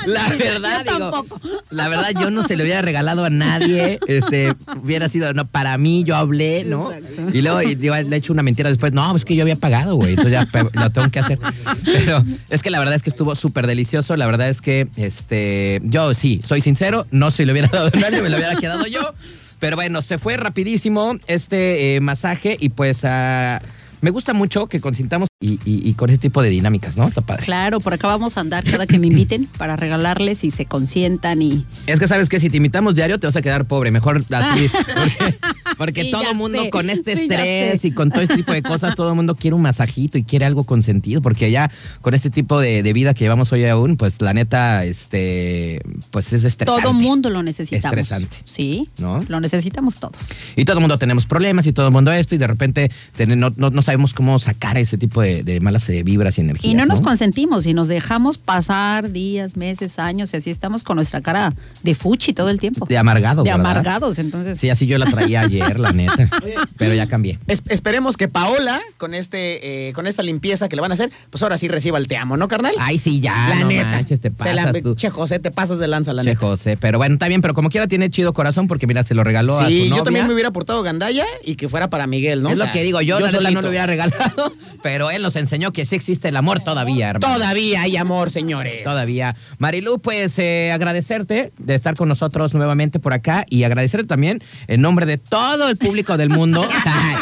S4: la verdad,
S8: Yo
S4: digo,
S8: tampoco.
S4: la verdad yo no se lo hubiera regalado a nadie. Este, hubiera sido, no, para mí yo hablé, ¿no?
S8: Exacto.
S4: Y luego y digo, le he hecho una mentira después. No, es que yo había pagado, güey, entonces ya pe- lo tengo que hacer. Pero es que la verdad es que estuvo súper delicioso. La verdad es que, este, yo sí, soy sincero, no se lo hubiera dado a nadie, me lo hubiera quedado yo. Pero bueno, se fue rapidísimo este eh, masaje y pues ah, me gusta mucho que consintamos y, y- y con ese tipo de dinámicas, ¿no? Está padre.
S8: Claro, por acá vamos a andar cada que me inviten para regalarles y se consientan y
S4: Es que sabes que si te imitamos diario te vas a quedar pobre, mejor así. Porque, porque
S8: Sí,
S4: todo
S8: ya
S4: el mundo
S8: sé.
S4: con este
S8: Sí, ya
S4: estrés
S8: sé.
S4: y con todo este tipo de cosas, todo el mundo quiere un masajito y quiere algo con sentido, porque ya con este tipo de, de vida que llevamos hoy aún, pues la neta, este, pues es estresante.
S8: todo mundo lo necesitamos.
S4: Estresante.
S8: Sí,
S4: ¿No?
S8: lo necesitamos todos.
S4: Y todo el mundo tenemos problemas y todo el mundo esto, y de repente tener- no, no- no sabemos cómo sacar ese tipo de, de malas eh, vibras y energías.
S8: Y no nos consentimos y nos dejamos pasar días, meses, años y así estamos con nuestra cara de fuchi todo el tiempo.
S4: De amargados,
S8: De
S4: ¿verdad?
S8: amargados, entonces.
S4: Sí, así yo la traía ayer, la neta. Pero ya cambié.
S5: Es- esperemos que Paola, con este, eh, con esta limpieza que le van a hacer, pues ahora sí reciba el te amo, ¿no, carnal?
S4: Ay, sí, ya.
S5: la
S4: no
S5: neta.
S4: manches, te
S5: Se la-
S4: pasas tú.
S5: Che, José, te pasas de lanza, la
S4: Che
S5: neta.
S4: José, pero bueno, está bien, pero como quiera tiene chido corazón porque mira, se lo regaló a su
S5: Sí,
S4: novia.
S5: yo también me hubiera portado Gandaya y que fuera para Miguel, ¿no?
S4: Es
S5: O
S4: lo
S5: sea,
S4: que digo, yo, la neta
S5: solito.
S4: no lo hubiera regalado, pero él nos enseñó que sí existe el amor todavía, hermano.
S5: Todavía hay amor, señores.
S4: Todavía. Marilu, pues eh, agradecerte de estar con nosotros nuevamente por acá y agradecerte también en nombre de todo el público del mundo ay,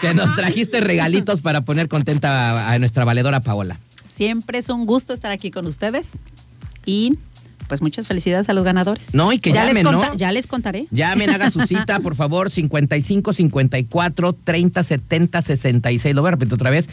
S4: que nos trajiste regalitos para poner contenta a, a nuestra valedora Paola.
S8: Siempre es un gusto estar aquí con ustedes y pues muchas felicidades a los ganadores.
S4: No, y que
S8: ya
S4: llamen,
S8: les
S4: ¿no?
S8: Ya les contaré.
S4: Llamen, haga su cita, por favor, 55 54 30 70 66. Lo voy a repetir otra vez: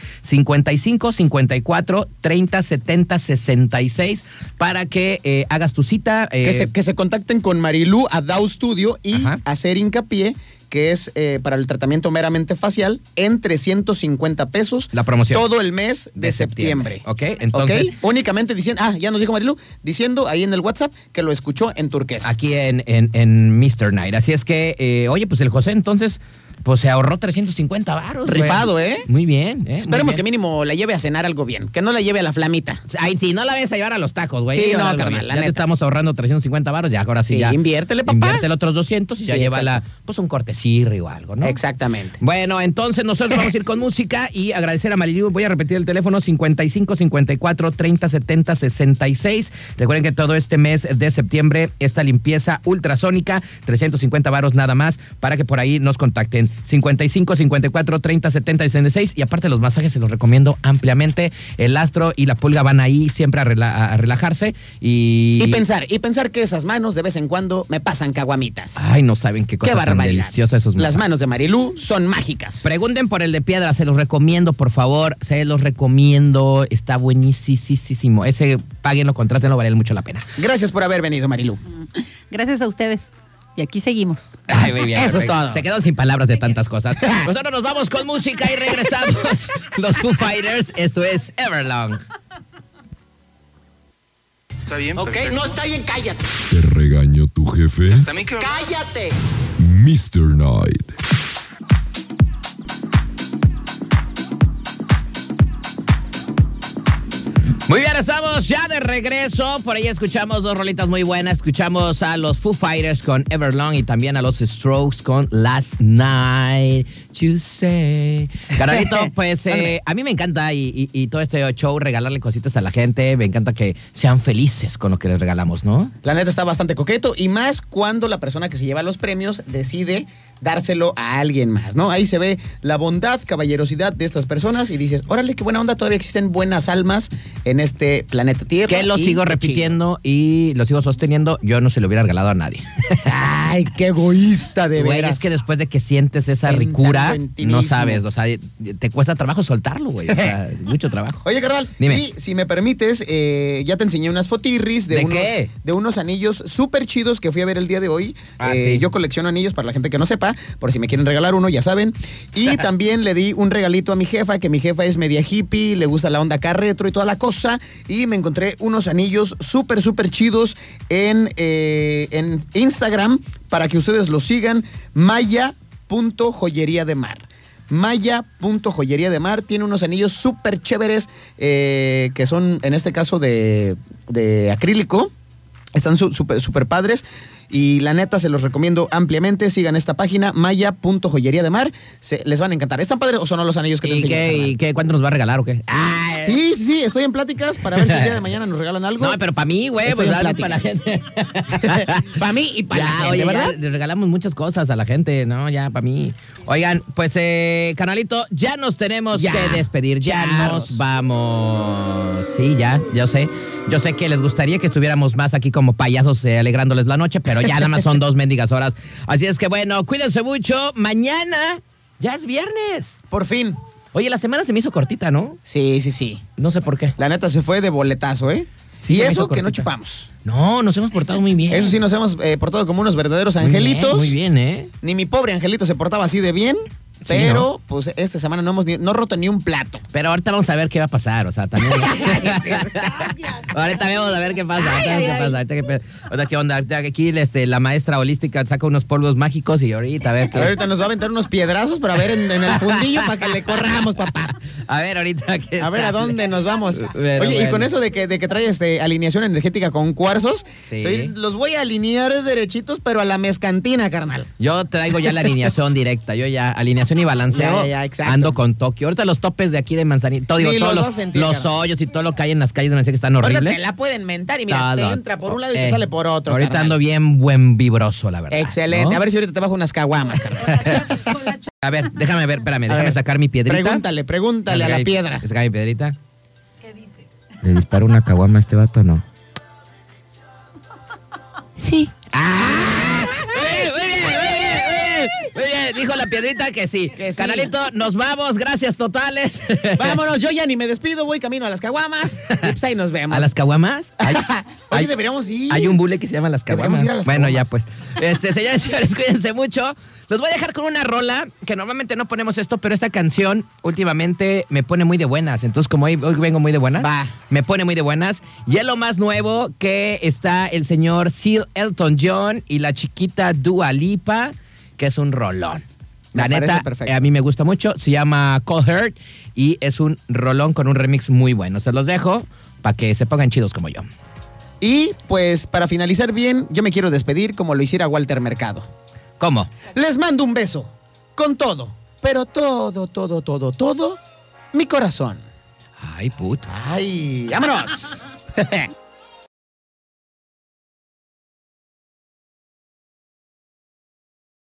S4: 55 54 30 70 66. Para que eh, hagas tu cita. eh,
S5: Que, se, que se contacten con Marilú a Dow Studio y
S4: Ajá.
S5: hacer hincapié que es eh, para el tratamiento meramente facial en 350 pesos
S4: La promoción.
S5: todo el mes de,
S4: De septiembre.
S5: septiembre.
S4: Ok, entonces-
S5: Ok, únicamente diciendo, ah, ya nos dijo Marilú, diciendo ahí en el WhatsApp que lo escuchó en turquesa.
S4: aquí en, en, en Mr. Night. Así es que, eh, oye, pues el José entonces. Pues se ahorró 350 baros.
S5: Rifado, ¿eh?
S4: Muy bien, ¿eh?
S5: Esperemos que
S4: Muy bien.
S5: mínimo la lleve a cenar algo bien, que no la lleve a la flamita.
S4: Ay, sí, no la vayas a llevar a los tacos, güey.
S5: Sí,
S4: Llévala
S5: no,
S4: algo
S5: carnal,
S4: bien.
S5: la
S4: Ya te
S5: neta.
S4: estamos ahorrando 350 baros, ya, ahora sí,
S5: Sí,
S4: ya.
S5: inviértele, papá.
S4: Inviértele otros 200 y
S5: Sí,
S4: ya lleva la,
S5: exacto.
S4: pues un cortecirri o algo, ¿no?
S5: Exactamente.
S4: Bueno, entonces nosotros vamos a ir con música y agradecer a Marilu. Voy a repetir el teléfono 55 54 30 70 66. Recuerden que todo este mes de septiembre esta limpieza ultrasónica, 350 varos nada más, para que por ahí nos contacten. 55 54 30 70 66. Y aparte los masajes se los recomiendo ampliamente. El astro y la pulga van ahí siempre a, rela- a relajarse y...
S5: Y pensar, y pensar que esas manos de vez en cuando me pasan caguamitas.
S4: Ay, no saben qué cosa
S5: Qué
S4: tan
S5: barbaridad.
S4: deliciosa esos
S5: Las
S4: masajes.
S5: manos de Marilú son mágicas.
S4: Pregunten por el de piedra, se los recomiendo, por favor. Se los recomiendo. Está buenísimo. Ese, páguenlo, contrátenlo, vale mucho la pena.
S5: Gracias por haber venido, Marilú.
S8: Gracias a ustedes. Y aquí seguimos.
S4: Ay, muy bien.
S5: Eso es
S4: perfecto.
S5: todo.
S4: Se quedaron sin palabras de tantas cosas. Nosotros nos vamos con música y regresamos. Los Foo Fighters, esto es Everlong.
S10: Está bien, perfecto.
S5: está bien, cállate.
S2: ¿Te regañó tu jefe?
S10: También quiero hablar-
S5: ¡Cállate!
S2: Mr. Knight.
S4: Muy bien, estamos ya de regreso. Por ahí escuchamos dos rolitas muy buenas. Escuchamos a los Foo Fighters con Everlong y también a los Strokes con Last Night. You say. Carolito, pues eh, a mí me encanta y, y- y todo este show, regalarle cositas a la gente. Me encanta que sean felices con lo que les regalamos, ¿no?
S5: La neta está bastante coqueto y más cuando la persona que se lleva los premios decide dárselo a alguien más, ¿no? Ahí se ve la bondad, caballerosidad de estas personas y dices, órale, qué buena onda, todavía existen buenas almas en este planeta Tierra.
S4: Que lo
S5: y
S4: sigo
S5: qué
S4: repitiendo y lo sigo sosteniendo. Yo no se lo hubiera regalado a nadie.
S5: chido. Ay, qué egoísta de
S4: Güey,
S5: veras.
S4: es que después de que sientes esa
S5: Pensando
S4: ricura,
S5: en ti
S4: no
S5: mismo.
S4: sabes, o sea, te cuesta trabajo soltarlo, güey. O sea, es mucho trabajo.
S5: Oye, carnal,
S4: Dime.
S5: y si me permites, eh, ya te enseñé unas fotirris de,
S4: ¿De
S5: unos,
S4: qué?
S5: de unos anillos súper chidos que fui a ver el día de hoy.
S4: Ah,
S5: Eh,
S4: sí.
S5: Yo colecciono anillos para la gente que no sepa, por si me quieren regalar uno, ya saben. Y también le di un regalito a mi jefa, que mi jefa es media hippie, le gusta la onda acá retro y toda la cosa. Y me encontré unos anillos súper, súper chidos en, eh, en Instagram para que ustedes los sigan. Maya.joyería de mar. Maya.joyería de mar tiene unos anillos súper chéveres eh, que son, en este caso, de, de acrílico. Están su- súper super padres y la neta se los recomiendo ampliamente. Sigan esta página, maya.joyería de mar. Se- les van a encantar. ¿Están padres o son los anillos que te
S4: ¿Y
S5: enseñé,
S4: qué,
S5: carnal?
S4: ¿Y qué? ¿Cuánto nos va a regalar o qué? Ah,
S5: Sí, sí, sí, estoy en pláticas para ver si el día de mañana nos regalan algo.
S4: No, pero para mí, güey,
S5: Estoy
S4: pues
S5: en
S4: dale para la gente.
S5: Para mí y para la gente,
S4: oye,
S5: ¿verdad?
S4: ya le regalamos muchas cosas a la gente, ¿no? Ya, para mí. Oigan, pues, eh, canalito, ya nos tenemos
S5: Ya.
S4: que despedir. Ya
S5: Charros.
S4: nos vamos. Sí, ya, yo sé. Yo sé que les gustaría que estuviéramos más aquí como payasos eh, alegrándoles la noche, pero ya nada más son dos mendigas horas. Así es que, bueno, cuídense mucho. Mañana ya es viernes.
S5: Por fin.
S4: Oye, la semana se me hizo cortita, ¿no?
S5: Sí, sí, sí.
S4: No sé por qué.
S5: La neta se fue de boletazo, ¿eh?
S4: Sí,
S5: y
S4: me
S5: eso
S4: hizo
S5: que no
S4: cortita.
S5: chupamos.
S4: No, nos hemos portado muy bien.
S5: Eso sí, nos hemos eh, portado como unos verdaderos
S4: Muy bien,
S5: angelitos.
S4: Muy bien, ¿eh?
S5: Ni mi pobre angelito se portaba así de bien, pero pues esta semana no hemos ni- no roto ni un plato.
S4: Pero ahorita vamos a ver qué va a pasar, o sea, también. ahorita vemos a ver qué pasa, ahorita vemos qué pasa, ahorita qué pe- ahorita qué onda, ahorita aquí este, la maestra holística saca unos polvos mágicos y ahorita a ver
S5: A
S4: qué.
S5: ver, ahorita nos va a aventar unos piedrazos para ver en, en el fundillo para que le corramos, papá.
S4: A ver, ahorita qué
S5: A ver a
S4: sale.
S5: dónde nos vamos.
S4: Pero
S5: Oye, y
S4: bueno.
S5: con eso de que, de que trae este, alineación energética con cuarzos,
S4: Sí.
S5: soy- los voy a alinear derechitos, pero a la mezcantina, carnal.
S4: Yo traigo ya la alineación directa, yo ya alineación y balanceo.
S5: Ya, ya, ya, exacto.
S4: ando con Tokio. Ahorita los topes de aquí de Manzanita, todo, digo,
S5: Ni los
S4: todos
S5: vas
S4: los,
S5: a sentir,
S4: los
S5: carnal.
S4: hoyos y todo lo que hay en las calles de Manzanita que están
S5: Ahorita
S4: horribles.
S5: te la pueden mentar y mira,
S4: Todo.
S5: te entra por un lado y
S4: Eh,
S5: te sale por otro.
S4: Ahorita
S5: carnal.
S4: ando bien buen vibroso, la verdad.
S5: Excelente.
S4: ¿no?
S5: A ver si ahorita te bajo unas caguamas, carnal.
S4: A ver, déjame ver, espérame,
S5: A
S4: déjame
S5: ver,
S4: sacar mi piedrita.
S5: Pregúntale, pregúntale a la
S4: Déjame sacar mi-
S5: piedra.
S4: Saca mi piedrita. ¿Qué dice? ¿Le disparo una caguama a este vato o no? Sí. ¡Ah! Muy bien, muy bien, muy bien, muy bien. Muy bien, dijo la piedrita que sí.
S5: Que sí.
S4: Canalito, nos vamos, gracias totales.
S5: Vámonos, yo ya ni me despido, voy camino a las caguamas. Y pues ahí nos vemos.
S4: ¿A las caguamas? Hay-
S5: Oye,
S4: hay-
S5: deberíamos ir.
S4: Hay un bule que se llama Las
S5: Deberíamos
S4: Caguamas.
S5: ir a Las
S4: bueno, ya
S5: Caguamas.
S4: pues. Este, señores, señores, cuídense mucho. Los voy a dejar con una rola, que normalmente no ponemos esto, pero esta canción últimamente me pone muy de buenas. Entonces, como hoy, hoy vengo muy de buenas,
S5: Va.
S4: me pone muy de buenas. Y es lo más nuevo que está el señor Seal Elton John y la chiquita Dua Lipa, que es un rolón. La
S5: Me parece
S4: neta,
S5: perfecto.
S4: eh, a mí me gusta mucho. Se llama Cold Heart y es un rolón con un remix muy bueno. Se los dejo para que se pongan chidos como yo.
S5: Y pues para finalizar bien, yo me quiero despedir como lo hiciera Walter Mercado.
S4: ¿Cómo?
S5: Les mando un beso, con todo, pero todo, todo, todo, todo, mi corazón.
S4: Ay, puto.
S5: ¡Ay! ¡Vámonos!